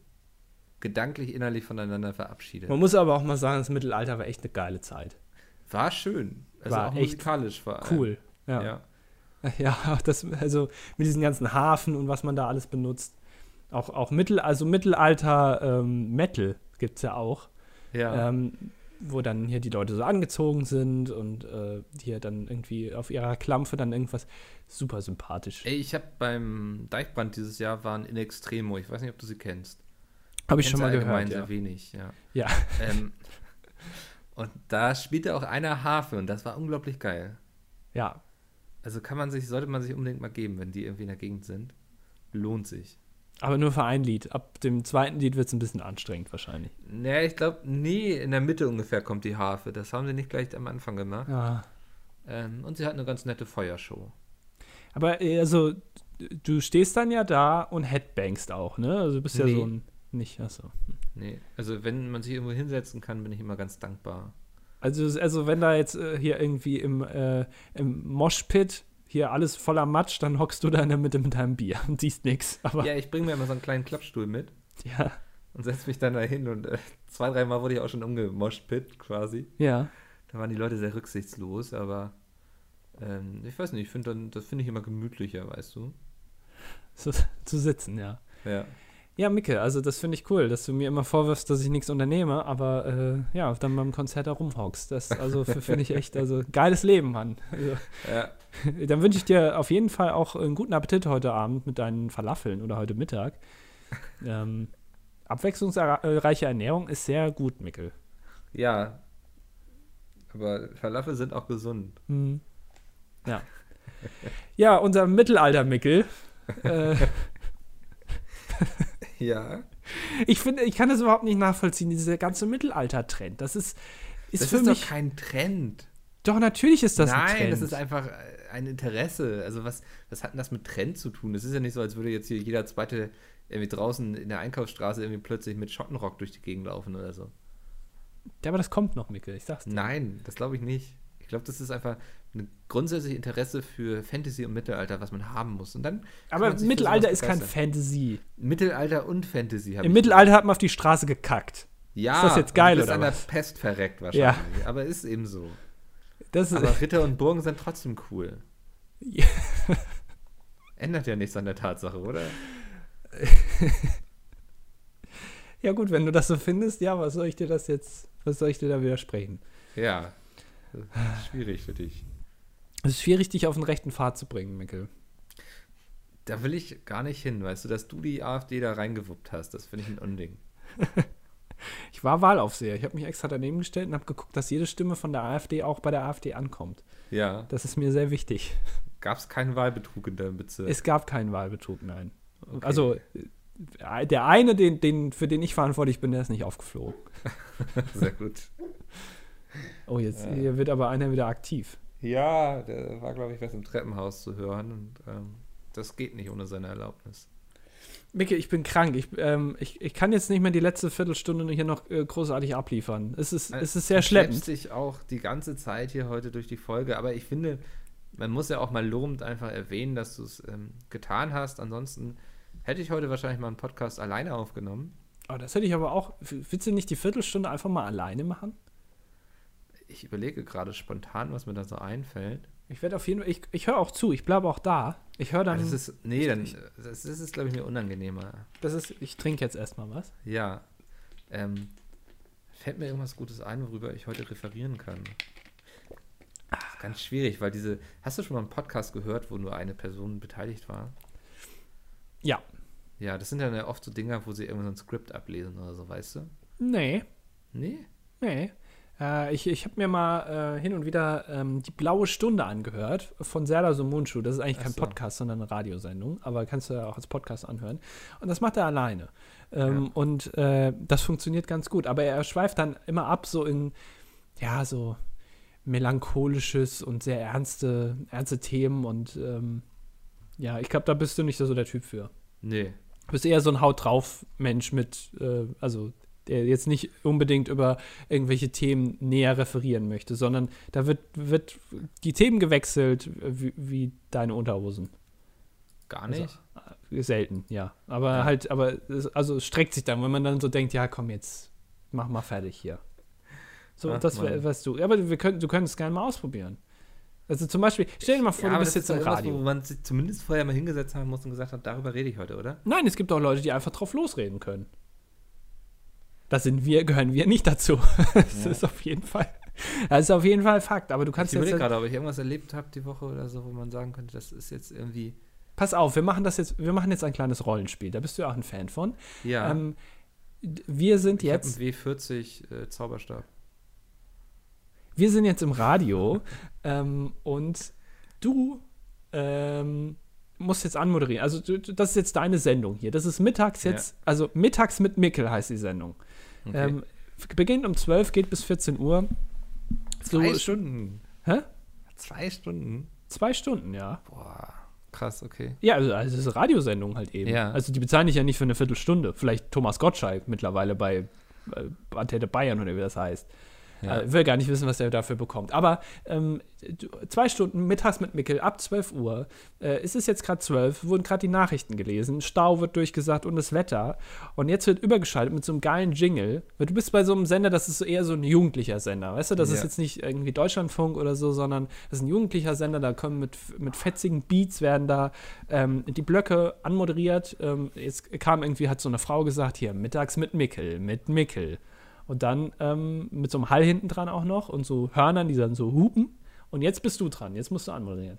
Speaker 1: gedanklich innerlich voneinander verabschiedet.
Speaker 2: Man muss aber auch mal sagen, das Mittelalter war echt eine geile Zeit.
Speaker 1: War schön. Also
Speaker 2: War
Speaker 1: auch
Speaker 2: echt
Speaker 1: musikalisch vor allem.
Speaker 2: Cool.
Speaker 1: Ja.
Speaker 2: Ja. ja. das, also mit diesen ganzen Hafen und was man da alles benutzt. Auch, auch Mittel, also Mittelalter ähm, Metal gibt es ja auch.
Speaker 1: Ja.
Speaker 2: Ähm, wo dann hier die Leute so angezogen sind und äh, hier dann irgendwie auf ihrer Klampfe dann irgendwas super sympathisch.
Speaker 1: Ey, ich habe beim Deichbrand dieses Jahr waren in Extremo. Ich weiß nicht, ob du sie kennst.
Speaker 2: Habe ich schon mal
Speaker 1: Kennst du allgemein
Speaker 2: gehört. Ja.
Speaker 1: sehr wenig, ja.
Speaker 2: Ja.
Speaker 1: Ähm, und da spielte auch einer Harfe und das war unglaublich geil.
Speaker 2: ja,
Speaker 1: Also kann man sich, sollte man sich unbedingt mal geben, wenn die irgendwie in der Gegend sind. Lohnt sich.
Speaker 2: aber nur für ein Lied. Ab dem zweiten Lied wird es ein bisschen anstrengend wahrscheinlich.
Speaker 1: Naja, ich glaube, nee, in der Mitte ungefähr kommt die Harfe. Das haben sie nicht gleich am Anfang gemacht.
Speaker 2: Ja.
Speaker 1: Ähm, und sie hat eine ganz nette Feuershow.
Speaker 2: Aber äh, also, du stehst dann ja da und headbangst auch, ne? Also du bist ja
Speaker 1: Nee.
Speaker 2: so ein. Nicht, achso.
Speaker 1: Nee, also wenn man sich irgendwo hinsetzen kann, bin ich immer ganz dankbar.
Speaker 2: Also, also wenn da jetzt äh, hier irgendwie im, äh, im Moshpit hier alles voller Matsch, dann hockst du da in der Mitte mit deinem Bier und siehst nichts. Aber
Speaker 1: Ja, ich bringe mir immer so einen kleinen Klappstuhl mit
Speaker 2: ja,
Speaker 1: und setze mich dann da hin und äh, zwei, dreimal wurde ich auch schon umgemoscht, Pit quasi.
Speaker 2: ja.
Speaker 1: Da waren die Leute sehr rücksichtslos, aber ähm, ich weiß nicht, ich finde dann, das finde ich immer gemütlicher, weißt du?
Speaker 2: So, zu sitzen, ja.
Speaker 1: Ja.
Speaker 2: Ja, Micke, also das finde ich cool, dass du mir immer vorwirfst, dass ich nichts unternehme, aber äh, ja, dann beim Konzert da rumhockst. Das also f- finde ich echt, also geiles Leben, Mann. Also,
Speaker 1: ja.
Speaker 2: dann wünsche ich dir auf jeden Fall auch einen guten Appetit heute Abend mit deinen Falafeln oder heute Mittag. Ähm, abwechslungsreiche Ernährung ist sehr gut, Mickel.
Speaker 1: Ja. Aber Falafel sind auch gesund.
Speaker 2: Hm. Ja. Ja, unser Mittelalter-Mickel. Äh,
Speaker 1: Ja.
Speaker 2: ich finde, ich kann das überhaupt nicht nachvollziehen, dieser ganze Mittelalter-Trend. Das ist, ist
Speaker 1: das
Speaker 2: für
Speaker 1: ist
Speaker 2: mich.
Speaker 1: doch kein Trend.
Speaker 2: Doch, natürlich ist das
Speaker 1: Nein,
Speaker 2: ein Trend.
Speaker 1: das ist einfach äh, ein Interesse. Also was, was hat denn das mit Trend zu tun? Es ist ja nicht so, als würde jetzt hier jeder zweite irgendwie draußen in der Einkaufsstraße irgendwie plötzlich mit Schottenrock durch die Gegend laufen oder so.
Speaker 2: ja, aber das kommt noch, Mickel, ich sag's dir.
Speaker 1: Nein, das glaube ich nicht. Ich glaube, das ist einfach ein grundsätzliches Interesse für Fantasy und Mittelalter, was man haben muss. Und dann kann
Speaker 2: Aber
Speaker 1: man sich für
Speaker 2: Mittelalter
Speaker 1: sowas
Speaker 2: ist kein
Speaker 1: begeistern.
Speaker 2: Fantasy.
Speaker 1: Mittelalter und Fantasy habe
Speaker 2: Im Mittelalter hat man auf die Straße gekackt.
Speaker 1: ja,
Speaker 2: ist das jetzt geil,
Speaker 1: und ist
Speaker 2: oder
Speaker 1: an der
Speaker 2: was?
Speaker 1: Pest verreckt wahrscheinlich. Aber ist eben so.
Speaker 2: Das ist,
Speaker 1: Aber Ritter und Burgen sind trotzdem cool.
Speaker 2: Ja.
Speaker 1: Ändert ja nichts an der Tatsache, oder?
Speaker 2: ja gut, wenn du das so findest, ja, was soll ich dir das jetzt, was soll ich dir da widersprechen?
Speaker 1: Ja. Schwierig für dich.
Speaker 2: Es ist schwierig, dich auf den rechten Pfad zu bringen, Mickel.
Speaker 1: Da will ich gar nicht hin, weißt du, dass du die AfD da reingewuppt hast, das finde ich ein Unding.
Speaker 2: Ich war Wahlaufseher. Ich habe mich extra daneben gestellt und habe geguckt, dass jede Stimme von der AfD auch bei der AfD ankommt.
Speaker 1: Ja.
Speaker 2: Das ist mir sehr wichtig.
Speaker 1: Gab es keinen Wahlbetrug in deinem Bezirk?
Speaker 2: Es gab keinen Wahlbetrug, nein. Also äh, der eine, den, den, für den ich verantwortlich bin, der ist nicht aufgeflogen.
Speaker 1: Sehr gut.
Speaker 2: Oh, jetzt hier wird aber einer wieder aktiv.
Speaker 1: Ja, der war, glaube ich, was im Treppenhaus zu hören. Und ähm, das geht nicht ohne seine Erlaubnis.
Speaker 2: Micke, ich bin krank. Ich, ähm, ich, ich kann jetzt nicht mehr die letzte Viertelstunde hier noch äh, großartig abliefern. Es ist, es ist sehr
Speaker 1: Äh, Du
Speaker 2: schleppend.
Speaker 1: schleppst dich auch die ganze Zeit hier heute durch die Folge, aber ich finde, man muss ja auch mal lobend einfach erwähnen, dass du es ähm, getan hast. Ansonsten hätte ich heute wahrscheinlich mal einen Podcast alleine aufgenommen.
Speaker 2: Aber das hätte ich aber auch. Willst du nicht die Viertelstunde einfach mal alleine machen?
Speaker 1: Ich überlege gerade spontan, was mir da so einfällt.
Speaker 2: Ich werde auf jeden Fall. Ich, ich höre auch zu. Ich bleibe auch da. Ich höre dann.
Speaker 1: das ist, nee, dann, das ist, ist glaube ich, mir unangenehmer.
Speaker 2: das ist, ich trinke jetzt erstmal was.
Speaker 1: Ja. Ähm, fällt mir irgendwas Gutes ein, worüber ich heute referieren kann? Das ist ganz schwierig, weil diese. Hast du schon mal einen Podcast gehört, wo nur eine Person beteiligt war?
Speaker 2: Ja.
Speaker 1: Ja, das sind dann ja oft so Dinger, wo sie irgendwie so ein Skript ablesen oder so, weißt du?
Speaker 2: Nee,
Speaker 1: Nee?
Speaker 2: nee. Äh, ich ich habe mir mal äh, hin und wieder ähm, die blaue Stunde angehört von Serdar Somunchu. Das ist eigentlich
Speaker 1: Ach
Speaker 2: kein
Speaker 1: so.
Speaker 2: Podcast, sondern eine Radiosendung. Aber kannst du ja auch als Podcast anhören. Und das macht er alleine. Ähm, Und äh, das funktioniert ganz gut. Aber er schweift dann immer ab so in, ja, so melancholisches und sehr ernste, ernste Themen. Und ähm, ja, ich glaube, da bist du nicht so der Typ für.
Speaker 1: Nee.
Speaker 2: Du bist eher so ein Haut drauf Mensch mit, äh, also der jetzt nicht unbedingt über irgendwelche Themen näher referieren möchte, sondern da wird, wird die Themen gewechselt äh, wie, wie deine Unterhosen.
Speaker 1: Gar
Speaker 2: Also-
Speaker 1: nicht?
Speaker 2: Selten, ja. Aber
Speaker 1: Ja.
Speaker 2: halt, aber es, also es streckt sich dann, wenn man dann so denkt, ja komm, jetzt mach mal fertig hier. So,
Speaker 1: Ach,
Speaker 2: das wär,
Speaker 1: Mann.
Speaker 2: weißt du. Ja, aber wir können, du könntest gerne mal ausprobieren. Also zum Beispiel, stell dir mal vor,
Speaker 1: ja,
Speaker 2: du
Speaker 1: aber
Speaker 2: bist
Speaker 1: das ist
Speaker 2: jetzt
Speaker 1: doch
Speaker 2: im
Speaker 1: irgendwas,
Speaker 2: Radio.
Speaker 1: Wo man sich zumindest vorher mal hingesetzt haben muss und gesagt hat, darüber rede ich heute, oder?
Speaker 2: Nein, es gibt auch Leute, die einfach drauf losreden können. Da sind wir, gehören wir nicht dazu. Das
Speaker 1: Ja.
Speaker 2: ist auf jeden Fall. Das ist auf jeden Fall Fakt. Aber du kannst
Speaker 1: ich überlege
Speaker 2: jetzt.
Speaker 1: gerade, ob ich irgendwas erlebt habe die Woche oder so, wo man sagen könnte, das ist jetzt irgendwie.
Speaker 2: Pass auf, wir machen das jetzt, wir machen jetzt ein kleines Rollenspiel. Da bist du ja auch ein Fan von.
Speaker 1: Ja,
Speaker 2: Ähm, d- wir sind
Speaker 1: ich habe einen
Speaker 2: jetzt,
Speaker 1: W40 äh, Zauberstab.
Speaker 2: wir sind jetzt im Radio ähm, und du ähm, musst jetzt anmoderieren. Also du, du- das ist jetzt deine Sendung hier. Das ist mittags
Speaker 1: Ja.
Speaker 2: jetzt, also mittags mit Mickel heißt die Sendung.
Speaker 1: Okay.
Speaker 2: Ähm, f- beginnt um 12, geht bis 14 Uhr. So
Speaker 1: Zwei
Speaker 2: sch-
Speaker 1: Stunden.
Speaker 2: Hä?
Speaker 1: Zwei Stunden?
Speaker 2: Zwei Stunden, ja.
Speaker 1: Boah, krass, okay.
Speaker 2: Ja, also, also es ist eine Radiosendung halt eben.
Speaker 1: Ja.
Speaker 2: Also die bezeichne ich ja nicht für eine Viertelstunde. Vielleicht Thomas Gottschalk mittlerweile bei äh, Antenne Bayern oder wie das heißt.
Speaker 1: Ja.
Speaker 2: Äh, will gar nicht wissen, was er dafür bekommt. Aber ähm, du- zwei Stunden mittags mit Mickel ab 12 Uhr. Äh, es ist jetzt gerade 12, wurden gerade die Nachrichten gelesen. Stau wird durchgesagt und das Wetter. Und jetzt wird übergeschaltet mit so einem geilen Jingle. Weil du bist bei so einem Sender, das ist so eher so ein jugendlicher Sender. Weißt du, das ist
Speaker 1: Ja.
Speaker 2: jetzt nicht irgendwie Deutschlandfunk oder so, sondern das ist ein jugendlicher Sender. Da kommen mit, mit fetzigen Beats werden da ähm, die Blöcke anmoderiert. Ähm, jetzt kam irgendwie, hat so eine Frau gesagt, hier mittags mit Mickel, mit Mickel. Und dann ähm, mit so einem Hall hinten dran auch noch und so Hörnern, die dann so hupen. Und jetzt bist du dran, jetzt musst du anmoderieren.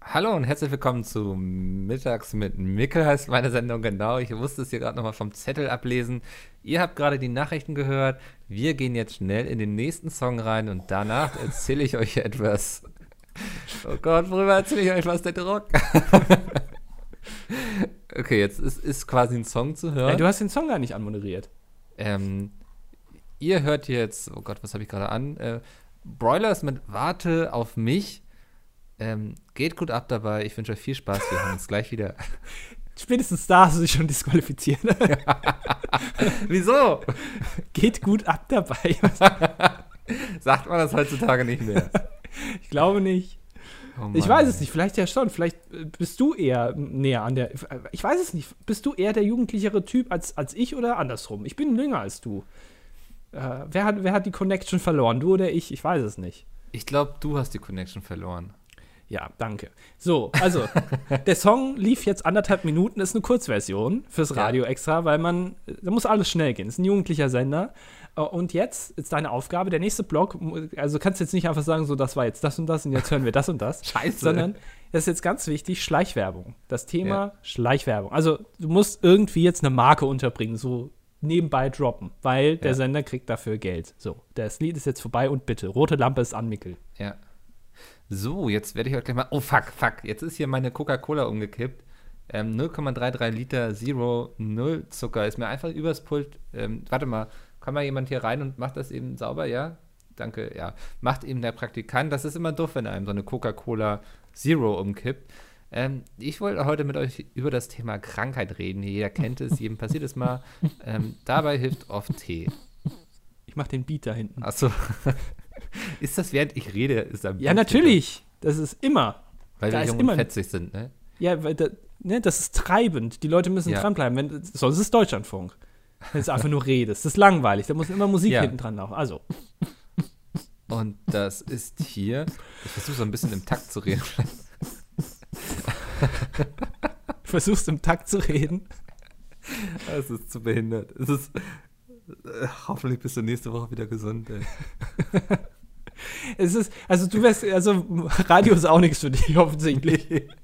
Speaker 1: Hallo und herzlich willkommen zu Mittags mit Mickel heißt meine Sendung genau. Ich musste es hier gerade nochmal vom Zettel ablesen. Ihr habt gerade die Nachrichten gehört. Wir gehen jetzt schnell in den nächsten Song rein und danach erzähle ich euch etwas. Oh Gott, worüber erzähle ich euch was? Der Druck. okay, jetzt ist, ist quasi ein Song zu hören.
Speaker 2: Ey, du hast den Song gar nicht anmoderiert.
Speaker 1: Ähm, ihr hört jetzt, oh Gott, was habe ich gerade an? Äh, Broilers mit Warte auf mich. Ähm, geht gut ab dabei. Ich wünsche euch viel Spaß. Wir hören uns gleich wieder.
Speaker 2: Spätestens da hast du dich schon disqualifiziert.
Speaker 1: Wieso?
Speaker 2: Geht gut ab dabei.
Speaker 1: Sagt man das heutzutage nicht mehr.
Speaker 2: Ich glaube nicht.
Speaker 1: Oh
Speaker 2: Ich
Speaker 1: Mann,
Speaker 2: weiß
Speaker 1: ey.
Speaker 2: es nicht, vielleicht ja schon. Vielleicht äh, bist du eher näher an der. Ich weiß es nicht. Bist du eher der jugendlichere Typ als, als ich oder andersrum? Ich bin jünger als du. Äh, wer, hat, wer hat die Connection verloren? Du oder ich? Ich weiß es nicht.
Speaker 1: Ich glaube, du hast die Connection verloren.
Speaker 2: Ja, danke. So, also, der Song lief jetzt anderthalb Minuten, ist eine Kurzversion fürs
Speaker 1: Ja.
Speaker 2: Radio extra, weil man, da muss alles schnell gehen. Ist ein jugendlicher Sender. Äh, Und jetzt ist deine Aufgabe, der nächste Block, mu- also kannst jetzt nicht einfach sagen, so, das war jetzt das und das und jetzt hören wir das und das.
Speaker 1: Scheiße.
Speaker 2: Sondern das ist jetzt ganz wichtig, Schleichwerbung. Das Thema Schleichwerbung. Also du musst irgendwie jetzt eine Marke unterbringen, so nebenbei droppen, weil der
Speaker 1: Ja.
Speaker 2: Sender kriegt dafür Geld. So, das Lied ist jetzt vorbei und bitte, rote Lampe ist an, Mickel.
Speaker 1: Ja. So, jetzt werde ich heute gleich mal. Oh, fuck, fuck. Jetzt ist hier meine Coca-Cola umgekippt. Ähm, 0,33 Liter Zero Null Zucker ist mir einfach übers Pult. Ähm, warte mal, kann mal jemand hier rein und macht das eben sauber? Ja? Danke, ja. Macht eben der Praktikant. Das ist immer doof, wenn einem so eine Coca-Cola Zero umkippt. Ähm, ich wollte heute mit euch über das Thema Krankheit reden. Jeder kennt es, jedem passiert es mal. Ähm, dabei hilft oft Tee.
Speaker 2: Ich mach den Beat da hinten.
Speaker 1: Achso. ist das während ich rede? Ist am
Speaker 2: Ja, natürlich. Das ist immer.
Speaker 1: Weil
Speaker 2: Da
Speaker 1: wir
Speaker 2: ist
Speaker 1: jung
Speaker 2: immer
Speaker 1: und
Speaker 2: ein-
Speaker 1: fetzig sind, ne?
Speaker 2: Ja, weil da, ne, das ist treibend. Die Leute müssen
Speaker 1: Ja.
Speaker 2: dranbleiben. Wenn, sonst ist Deutschlandfunk. Wenn du einfach nur redest. Das ist langweilig. Da muss immer Musik
Speaker 1: Ja.
Speaker 2: hinten dran laufen. Also,
Speaker 1: Und das ist hier. Ich versuche so ein bisschen im Takt zu reden.
Speaker 2: versuchst im Takt zu reden.
Speaker 1: Es ist zu behindert. Es ist. äh, Hoffentlich bist du nächste Woche wieder gesund, ey.
Speaker 2: Es ist, also du wärst, also Radio ist auch nichts für dich offensichtlich.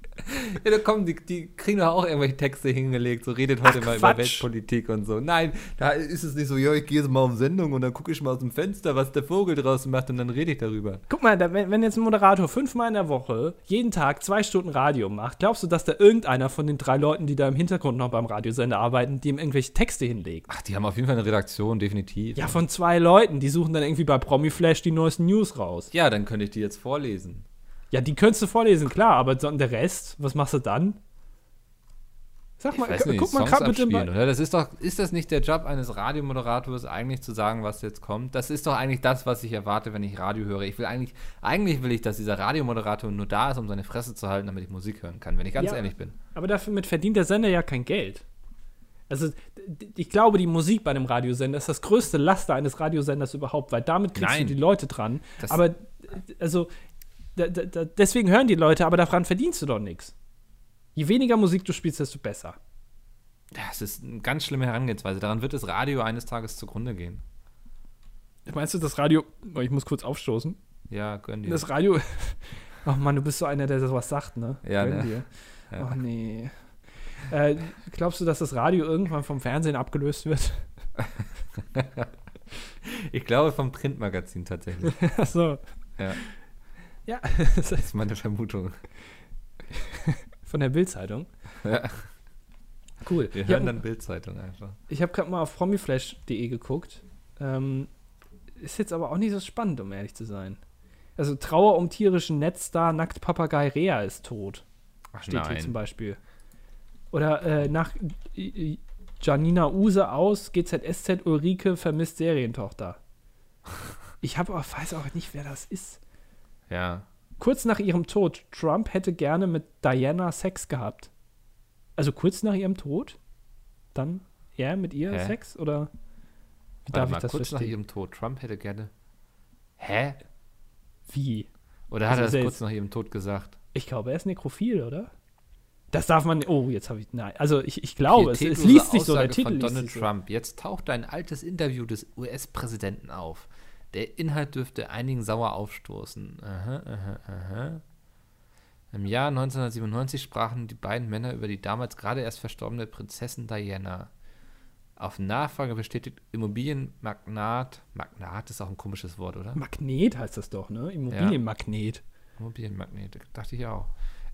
Speaker 1: Ja, da kommen, die, die kriegen doch auch irgendwelche Texte hingelegt. So redet heute
Speaker 2: Ach,
Speaker 1: mal über
Speaker 2: Quatsch.
Speaker 1: Weltpolitik und so. Nein, da ist es nicht so, ja, ich gehe jetzt mal auf Sendung und dann gucke ich mal aus dem Fenster, was der Vogel draußen macht und dann rede ich darüber.
Speaker 2: Guck mal, da, wenn, wenn jetzt ein Moderator fünfmal in der Woche jeden Tag zwei Stunden Radio macht, glaubst du, dass da irgendeiner von den drei Leuten, die da im Hintergrund noch beim Radiosender arbeiten, dem irgendwelche Texte hinlegt?
Speaker 1: Ach, die haben auf jeden Fall eine Redaktion, definitiv.
Speaker 2: Ja, von zwei Leuten. Die suchen dann irgendwie bei Promiflash die neuesten News raus.
Speaker 1: ja dann könnte ich die jetzt vorlesen.
Speaker 2: Ja, die könntest du vorlesen, klar, aber so- und der Rest, was machst du dann? Sag
Speaker 1: Ich
Speaker 2: mal,
Speaker 1: weiß
Speaker 2: gu-
Speaker 1: nicht,
Speaker 2: guck mal
Speaker 1: Songs
Speaker 2: gerade bitte
Speaker 1: abspielen,
Speaker 2: mal.
Speaker 1: oder? Das ist doch, ist das nicht der Job eines Radiomoderators, eigentlich zu sagen, was jetzt kommt? Das ist doch eigentlich das, was ich erwarte, wenn ich Radio höre. Ich will eigentlich, eigentlich will ich, dass dieser Radiomoderator nur da ist, um seine Fresse zu halten, damit ich Musik hören kann, wenn ich ganz
Speaker 2: Ja.
Speaker 1: ehrlich bin.
Speaker 2: Aber dafür mit verdient der Sender ja kein Geld. Also, d- d- ich glaube, die Musik bei einem Radiosender ist das größte Laster eines Radiosenders überhaupt, weil damit kriegst
Speaker 1: Nein.
Speaker 2: du die Leute dran.
Speaker 1: Das-
Speaker 2: aber, d- also, d- d- d- deswegen hören die Leute, aber daran verdienst du doch nichts. Je weniger Musik du spielst, desto besser.
Speaker 1: Das ist eine ganz schlimme Herangehensweise. Daran wird das Radio eines Tages zugrunde gehen.
Speaker 2: Meinst du, das Radio, oh, ich muss kurz aufstoßen,
Speaker 1: Ja, gönn dir.
Speaker 2: das Radio, ach man, du bist so einer, der sowas sagt, ne?
Speaker 1: Ja,
Speaker 2: Gönn
Speaker 1: ne?
Speaker 2: dir.
Speaker 1: Ja.
Speaker 2: Oh nee. Äh, glaubst du, dass das Radio irgendwann vom Fernsehen abgelöst wird?
Speaker 1: Ich glaube vom Printmagazin tatsächlich.
Speaker 2: Ach so.
Speaker 1: Ja.
Speaker 2: Ja,
Speaker 1: Das ist meine Vermutung.
Speaker 2: von der Bild-Zeitung.
Speaker 1: Ja.
Speaker 2: Cool.
Speaker 1: Wir
Speaker 2: Ja,
Speaker 1: hören dann Bildzeitung einfach.
Speaker 2: ich habe gerade mal auf promiflash.de geguckt. Ähm, ist jetzt aber auch nicht so spannend, um ehrlich zu sein. Also Trauer um tierischen Netzstar Nacktpapagei Rea ist tot,
Speaker 1: Ach,
Speaker 2: steht hier zum Beispiel. Oder äh, nach äh, Janina Use aus, GZSZ Ulrike vermisst Serientochter. Ich habe auch, weiß auch nicht, wer das ist.
Speaker 1: Ja.
Speaker 2: Kurz nach ihrem Tod, Trump hätte gerne mit Diana Sex gehabt. Also kurz nach ihrem Tod? Dann er mit ihr
Speaker 1: Hä?
Speaker 2: Sex? Oder
Speaker 1: Warte
Speaker 2: wie darf
Speaker 1: mal,
Speaker 2: ich das
Speaker 1: kurz nach
Speaker 2: verstehen?
Speaker 1: ihrem Tod. Trump hätte gerne. Hä?
Speaker 2: Wie?
Speaker 1: Oder hat
Speaker 2: Also
Speaker 1: er
Speaker 2: ist er
Speaker 1: das kurz
Speaker 2: jetzt-
Speaker 1: nach ihrem Tod gesagt?
Speaker 2: Ich glaube, er ist nekrophil, oder? Das darf man. Oh, jetzt habe ich. Nein, also ich, ich glaube, es, es
Speaker 1: Pietätlose
Speaker 2: liest sich so, der
Speaker 1: Aussage
Speaker 2: Titel
Speaker 1: von
Speaker 2: liest
Speaker 1: Donald
Speaker 2: sich so.
Speaker 1: Trump. Jetzt taucht ein altes Interview des US-Präsidenten auf. Der Inhalt dürfte einigen sauer aufstoßen. Aha, aha, aha. Im Jahr 1997 sprachen die beiden Männer über die damals gerade erst verstorbene Prinzessin Diana. Auf Nachfrage bestätigt Immobilienmagnat. Magnat ist auch ein komisches Wort, oder?
Speaker 2: Magnet heißt das doch, ne? Immobilienmagnet.
Speaker 1: Immobilienmagnete, dachte ich auch.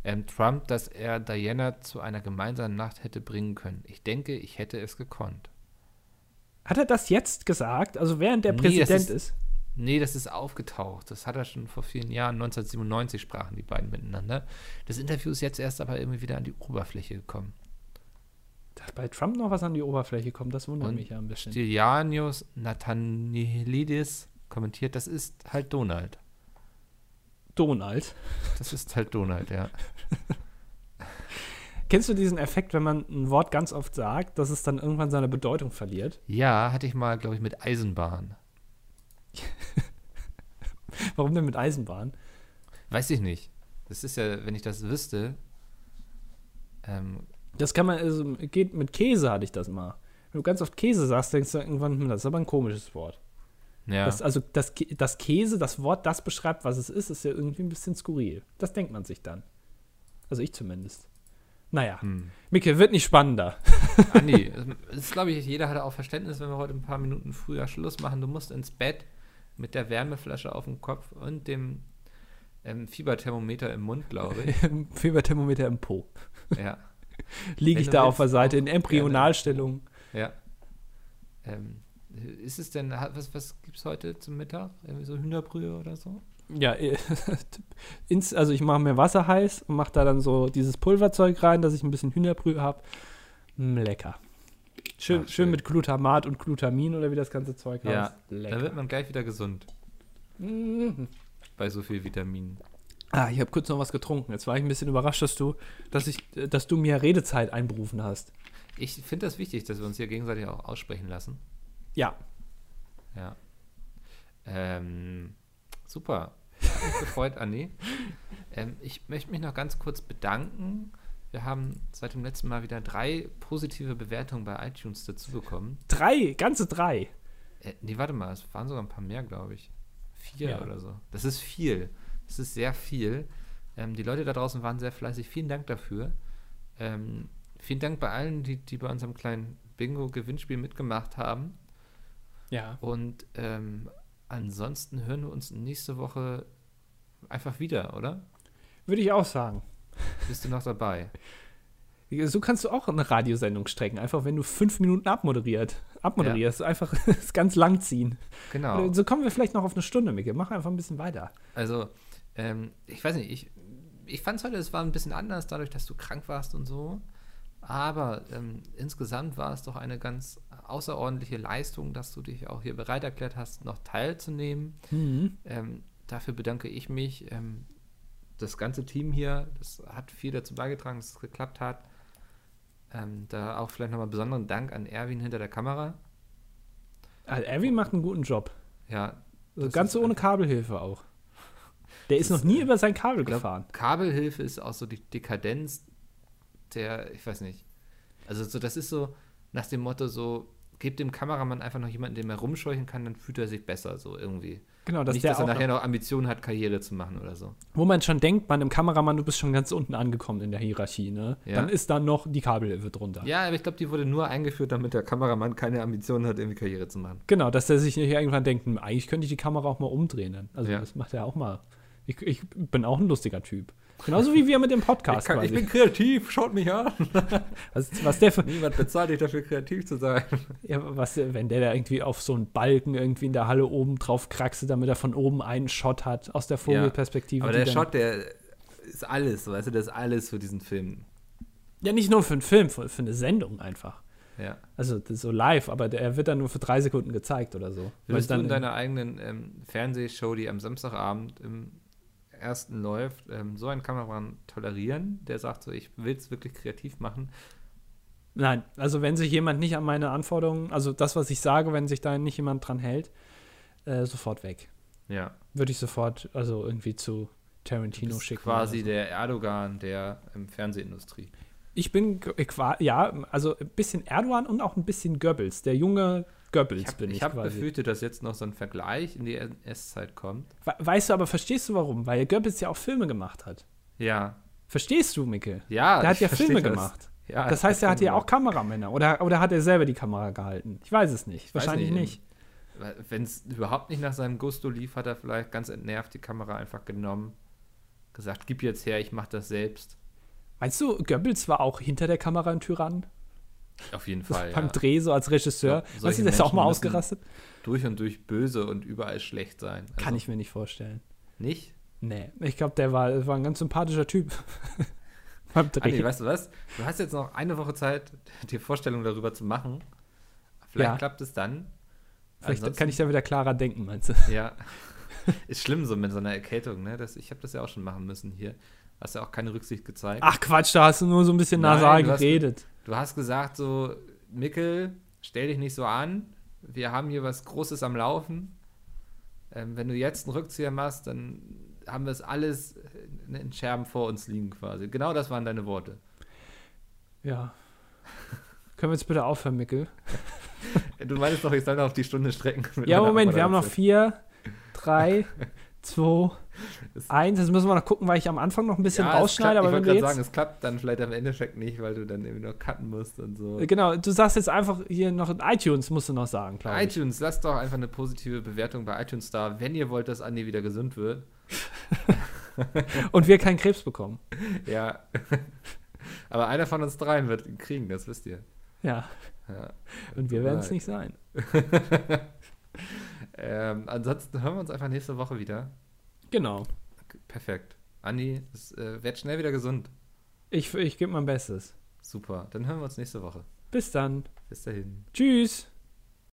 Speaker 1: Ähm, Trump, dass er Diana zu einer gemeinsamen Nacht hätte bringen können. Ich denke, ich hätte es gekonnt.
Speaker 2: Hat er das jetzt gesagt? Also während der
Speaker 1: Nee, das
Speaker 2: Präsident
Speaker 1: ist-
Speaker 2: ist.
Speaker 1: Nee, das ist aufgetaucht. Das hat er schon vor vielen Jahren. 1997 sprachen die beiden miteinander. Das Interview ist jetzt erst aber irgendwie wieder an die Oberfläche gekommen.
Speaker 2: Dass bei Trump noch was an die Oberfläche kommt, das wundert mich ja ein bisschen.
Speaker 1: Stylianios Nathanielidis kommentiert, das ist halt Donald.
Speaker 2: Donald.
Speaker 1: Das ist halt Donald, ja.
Speaker 2: Kennst du diesen Effekt, wenn man ein Wort ganz oft sagt, dass es dann irgendwann seine Bedeutung verliert?
Speaker 1: Ja, hatte ich mal, glaube ich, mit Eisenbahn.
Speaker 2: Warum denn mit Eisenbahn?
Speaker 1: Weiß ich nicht. Das ist ja, wenn ich das wüsste, ähm,
Speaker 2: Das kann man, also geht mit Käse hatte ich das mal. Wenn du ganz oft Käse sagst, denkst du irgendwann, hm, das ist aber ein komisches Wort.
Speaker 1: Ja.
Speaker 2: Das, also das, Kä- das Käse, das Wort, das beschreibt, was es ist, ist ja irgendwie ein bisschen skurril. Das denkt man sich dann. Also ich zumindest. Naja,
Speaker 1: Hm.
Speaker 2: Micke, wird nicht spannender.
Speaker 1: Andi, Ah, es ist, glaube ich, jeder hatte auch Verständnis, wenn wir heute ein paar Minuten früher Schluss machen. Du musst ins Bett mit der Wärmeflasche auf dem Kopf und dem ähm, Fieberthermometer im Mund, glaube ich.
Speaker 2: Fieberthermometer im Po.
Speaker 1: ja,
Speaker 2: Liege
Speaker 1: Wenn
Speaker 2: ich
Speaker 1: du
Speaker 2: da auf der
Speaker 1: willst,
Speaker 2: Seite
Speaker 1: auch
Speaker 2: in Embryonalstellung.
Speaker 1: ja. Ähm, ist es denn, ha- was, was gibt es heute zum Mittag? Irgendwie so Hühnerbrühe oder so?
Speaker 2: Ja, eh, ins, also ich mache mir Wasser heiß und mache da dann so dieses Pulverzeug rein, dass ich ein bisschen Hühnerbrühe habe. Lecker. Schön,
Speaker 1: Ach,
Speaker 2: schön
Speaker 1: schön.
Speaker 2: mit Glutamat und Glutamin oder wie das ganze Zeug
Speaker 1: Ja,
Speaker 2: heißt.
Speaker 1: Da wird man gleich wieder gesund
Speaker 2: Mhm.
Speaker 1: bei so viel Vitaminen.
Speaker 2: Ah, ich habe kurz noch was getrunken. Jetzt war ich ein bisschen überrascht, dass du, dass ich, äh, dass du mir Redezeit einberufen hast.
Speaker 1: Ich finde das wichtig, dass wir uns hier gegenseitig auch aussprechen lassen.
Speaker 2: Ja,
Speaker 1: Ja. Ähm, super. Hat mich gefreut, Andi. Ähm, ich möchte mich noch ganz kurz bedanken. Wir haben seit dem letzten Mal wieder drei positive Bewertungen bei iTunes dazu bekommen.
Speaker 2: drei, ganze drei.
Speaker 1: Äh, nee, warte mal, es waren sogar ein paar mehr, glaube ich. Vier
Speaker 2: Ja.
Speaker 1: oder so. Das ist viel. Das ist sehr viel. Ähm, die Leute da draußen waren sehr fleißig. Vielen Dank dafür. Ähm, vielen Dank bei allen, die, die bei unserem kleinen Bingo-Gewinnspiel mitgemacht haben.
Speaker 2: Ja.
Speaker 1: Und ähm, ansonsten hören wir uns nächste Woche einfach wieder, oder?
Speaker 2: Würde ich auch sagen.
Speaker 1: Bist du noch dabei?
Speaker 2: So kannst du auch eine Radiosendung strecken. Einfach, wenn du fünf Minuten abmoderiert, abmoderierst, einfach es ganz lang ziehen.
Speaker 1: Genau.
Speaker 2: So kommen wir vielleicht noch auf eine Stunde, Micke. Mach einfach ein bisschen weiter.
Speaker 1: Also, ähm, ich weiß nicht, ich, ich fand es heute, es war ein bisschen anders, dadurch, dass du krank warst und so. Aber ähm, insgesamt war es doch eine ganz außerordentliche Leistung, dass du dich auch hier bereit erklärt hast, noch teilzunehmen. Ähm, dafür bedanke ich mich. Ähm, das ganze Team hier, das hat viel dazu beigetragen, dass es geklappt hat. Ähm, da auch vielleicht nochmal besonderen Dank an Erwin hinter der Kamera.
Speaker 2: Also, Erwin macht einen guten Job.
Speaker 1: Ja,
Speaker 2: Also
Speaker 1: Das
Speaker 2: ganz
Speaker 1: ist
Speaker 2: ohne Kabelhilfe auch. Der ist noch nie über sein Kabel
Speaker 1: ich äh, glaub,
Speaker 2: gefahren.
Speaker 1: Kabelhilfe ist auch so die Dekadenz der, ich weiß nicht. Also so, das ist so nach dem Motto so, gebt dem Kameramann einfach noch jemanden, den er rumscheuchen kann, dann fühlt er sich besser so irgendwie.
Speaker 2: Genau, dass
Speaker 1: nicht,
Speaker 2: der
Speaker 1: dass
Speaker 2: auch
Speaker 1: er nachher noch Ambitionen hat, Karriere zu machen oder so.
Speaker 2: wo man schon denkt, bei einem Kameramann, du bist schon ganz unten angekommen in der Hierarchie, ne?
Speaker 1: Ja.
Speaker 2: Dann ist da noch die Kabelhilfe drunter.
Speaker 1: Ja, aber ich glaube, die wurde nur eingeführt, damit der Kameramann keine Ambitionen hat, irgendwie Karriere zu machen.
Speaker 2: Genau, dass der sich nicht irgendwann denkt, "Hm, eigentlich könnte ich die Kamera auch mal umdrehen. Dann. Also
Speaker 1: Ja.
Speaker 2: das macht er auch mal. Ich, ich bin auch ein lustiger Typ. Genauso wie wir mit dem Podcast quasi.
Speaker 1: kreativ, schaut mich an.
Speaker 2: was, was der für,
Speaker 1: Niemand bezahlt dich dafür, kreativ zu sein.
Speaker 2: ja, was, der- wenn der da irgendwie auf so einen Balken irgendwie in der Halle oben drauf kraxelt, damit er von oben einen Shot hat aus der Vogelperspektive.
Speaker 1: Aber der
Speaker 2: die dann-
Speaker 1: Shot, der ist alles, weißt du, der ist alles für diesen Film.
Speaker 2: Ja, nicht nur für einen Film, für, für eine Sendung einfach.
Speaker 1: Ja.
Speaker 2: Also das ist so live, aber der, er wird dann nur für drei Sekunden gezeigt oder so. Weil
Speaker 1: Würdest du
Speaker 2: dann
Speaker 1: in deiner eigenen ähm, Fernsehshow, die am Samstagabend im ersten läuft, ähm, so einen Kameramann tolerieren, der sagt so, ich will es wirklich kreativ machen?
Speaker 2: Nein, also wenn sich jemand nicht an meine Anforderungen, also das, was ich sage, wenn sich da nicht jemand dran hält, äh, sofort weg.
Speaker 1: Ja.
Speaker 2: Würde ich sofort, also irgendwie zu
Speaker 1: Du
Speaker 2: Tarantino
Speaker 1: bist
Speaker 2: schicken.
Speaker 1: quasi
Speaker 2: oder so.
Speaker 1: der Erdogan der ähm, Fernsehindustrie.
Speaker 2: Ich bin, g- äh, qua- ja, also ein bisschen Erdogan und auch ein bisschen Goebbels. Der junge Goebbels
Speaker 1: Ich habe
Speaker 2: bin ich,
Speaker 1: ich hab
Speaker 2: quasi.
Speaker 1: befürchtet, dass jetzt noch so ein Vergleich in die NS-Zeit kommt.
Speaker 2: We weißt du aber, verstehst du warum? Weil Goebbels ja auch Filme gemacht hat.
Speaker 1: Ja.
Speaker 2: Verstehst du, Micke?
Speaker 1: Ja.
Speaker 2: der hat
Speaker 1: ich
Speaker 2: ja
Speaker 1: versteh
Speaker 2: Filme
Speaker 1: das.
Speaker 2: gemacht.
Speaker 1: Ja,
Speaker 2: Das heißt, er hat
Speaker 1: Filme
Speaker 2: ja auch Kameramänner. Oder, oder hat er selber die Kamera gehalten? Ich weiß es nicht.
Speaker 1: Weiß
Speaker 2: Wahrscheinlich nicht.
Speaker 1: Wenn es überhaupt nicht nach seinem Gusto lief, hat er vielleicht ganz entnervt die Kamera einfach genommen, gesagt, gib jetzt her, ich mach das selbst.
Speaker 2: Meinst du, Goebbels war auch hinter der Kamera ein Tyrann?
Speaker 1: Auf jeden
Speaker 2: Das
Speaker 1: Fall.
Speaker 2: beim
Speaker 1: Ja.
Speaker 2: Dreh so als Regisseur.
Speaker 1: Ja, solche
Speaker 2: weißt du, der ist auch mal
Speaker 1: Menschen müssen-
Speaker 2: ausgerastet?
Speaker 1: Durch und durch böse und überall schlecht sein. Also
Speaker 2: Kann ich mir nicht vorstellen.
Speaker 1: nicht?
Speaker 2: Nee, ich glaube, der war, war ein ganz sympathischer Typ. beim Dreh.
Speaker 1: Andi, weißt du was? Du hast jetzt noch eine Woche Zeit, dir Vorstellungen darüber zu machen. Vielleicht
Speaker 2: Ja.
Speaker 1: klappt es dann.
Speaker 2: Vielleicht
Speaker 1: Ansonsten-
Speaker 2: kann ich da wieder klarer denken, meinst du?
Speaker 1: Ja. Ist schlimm so mit so einer Erkältung, ne? Das, ich habe das ja auch schon machen müssen hier. Hast ja auch keine Rücksicht gezeigt.
Speaker 2: Ach Quatsch, da hast du nur so ein bisschen
Speaker 1: Nein,
Speaker 2: nasal
Speaker 1: du hast-
Speaker 2: geredet.
Speaker 1: Du hast gesagt so, Mickel, stell dich nicht so an. Wir haben hier was Großes am Laufen. Ähm, wenn du jetzt einen Rückzieher machst, dann haben wir es alles in in Scherben vor uns liegen quasi. Genau das waren deine Worte.
Speaker 2: Ja. Können wir jetzt bitte aufhören, Mickel?
Speaker 1: Du meinst doch, ich soll noch auf die Stunde strecken. mit
Speaker 2: Ja,
Speaker 1: meiner
Speaker 2: Moment, wir haben noch
Speaker 1: Abmoderation.
Speaker 2: vier, drei, zwei,
Speaker 1: Es-
Speaker 2: eins. Jetzt müssen wir noch gucken, weil ich am Anfang noch ein bisschen
Speaker 1: Ja, es
Speaker 2: rausschneide,
Speaker 1: klappt-
Speaker 2: aber wenn
Speaker 1: ich
Speaker 2: wir
Speaker 1: wollte
Speaker 2: jetzt.
Speaker 1: gerade sagen, es klappt dann vielleicht am Endeffekt nicht, weil du dann eben noch cutten musst und so.
Speaker 2: Genau, du sagst jetzt einfach hier noch iTunes, musst du noch sagen, glaube ich.
Speaker 1: iTunes, lasst doch einfach eine positive Bewertung bei iTunes da, wenn ihr wollt, dass Andi wieder gesund wird.
Speaker 2: Und wir keinen Krebs bekommen.
Speaker 1: Ja. Aber einer von uns dreien wird ihn kriegen, das wisst ihr.
Speaker 2: Ja,
Speaker 1: Ja.
Speaker 2: und wir werden es nicht sein.
Speaker 1: Ähm, ansonsten hören wir uns einfach nächste Woche wieder.
Speaker 2: Genau.
Speaker 1: Perfekt. Andi, es, äh, werd schnell wieder gesund.
Speaker 2: Ich, ich gebe mein Bestes.
Speaker 1: Super. Dann hören wir uns nächste Woche.
Speaker 2: Bis dann.
Speaker 1: Bis dahin.
Speaker 2: Tschüss.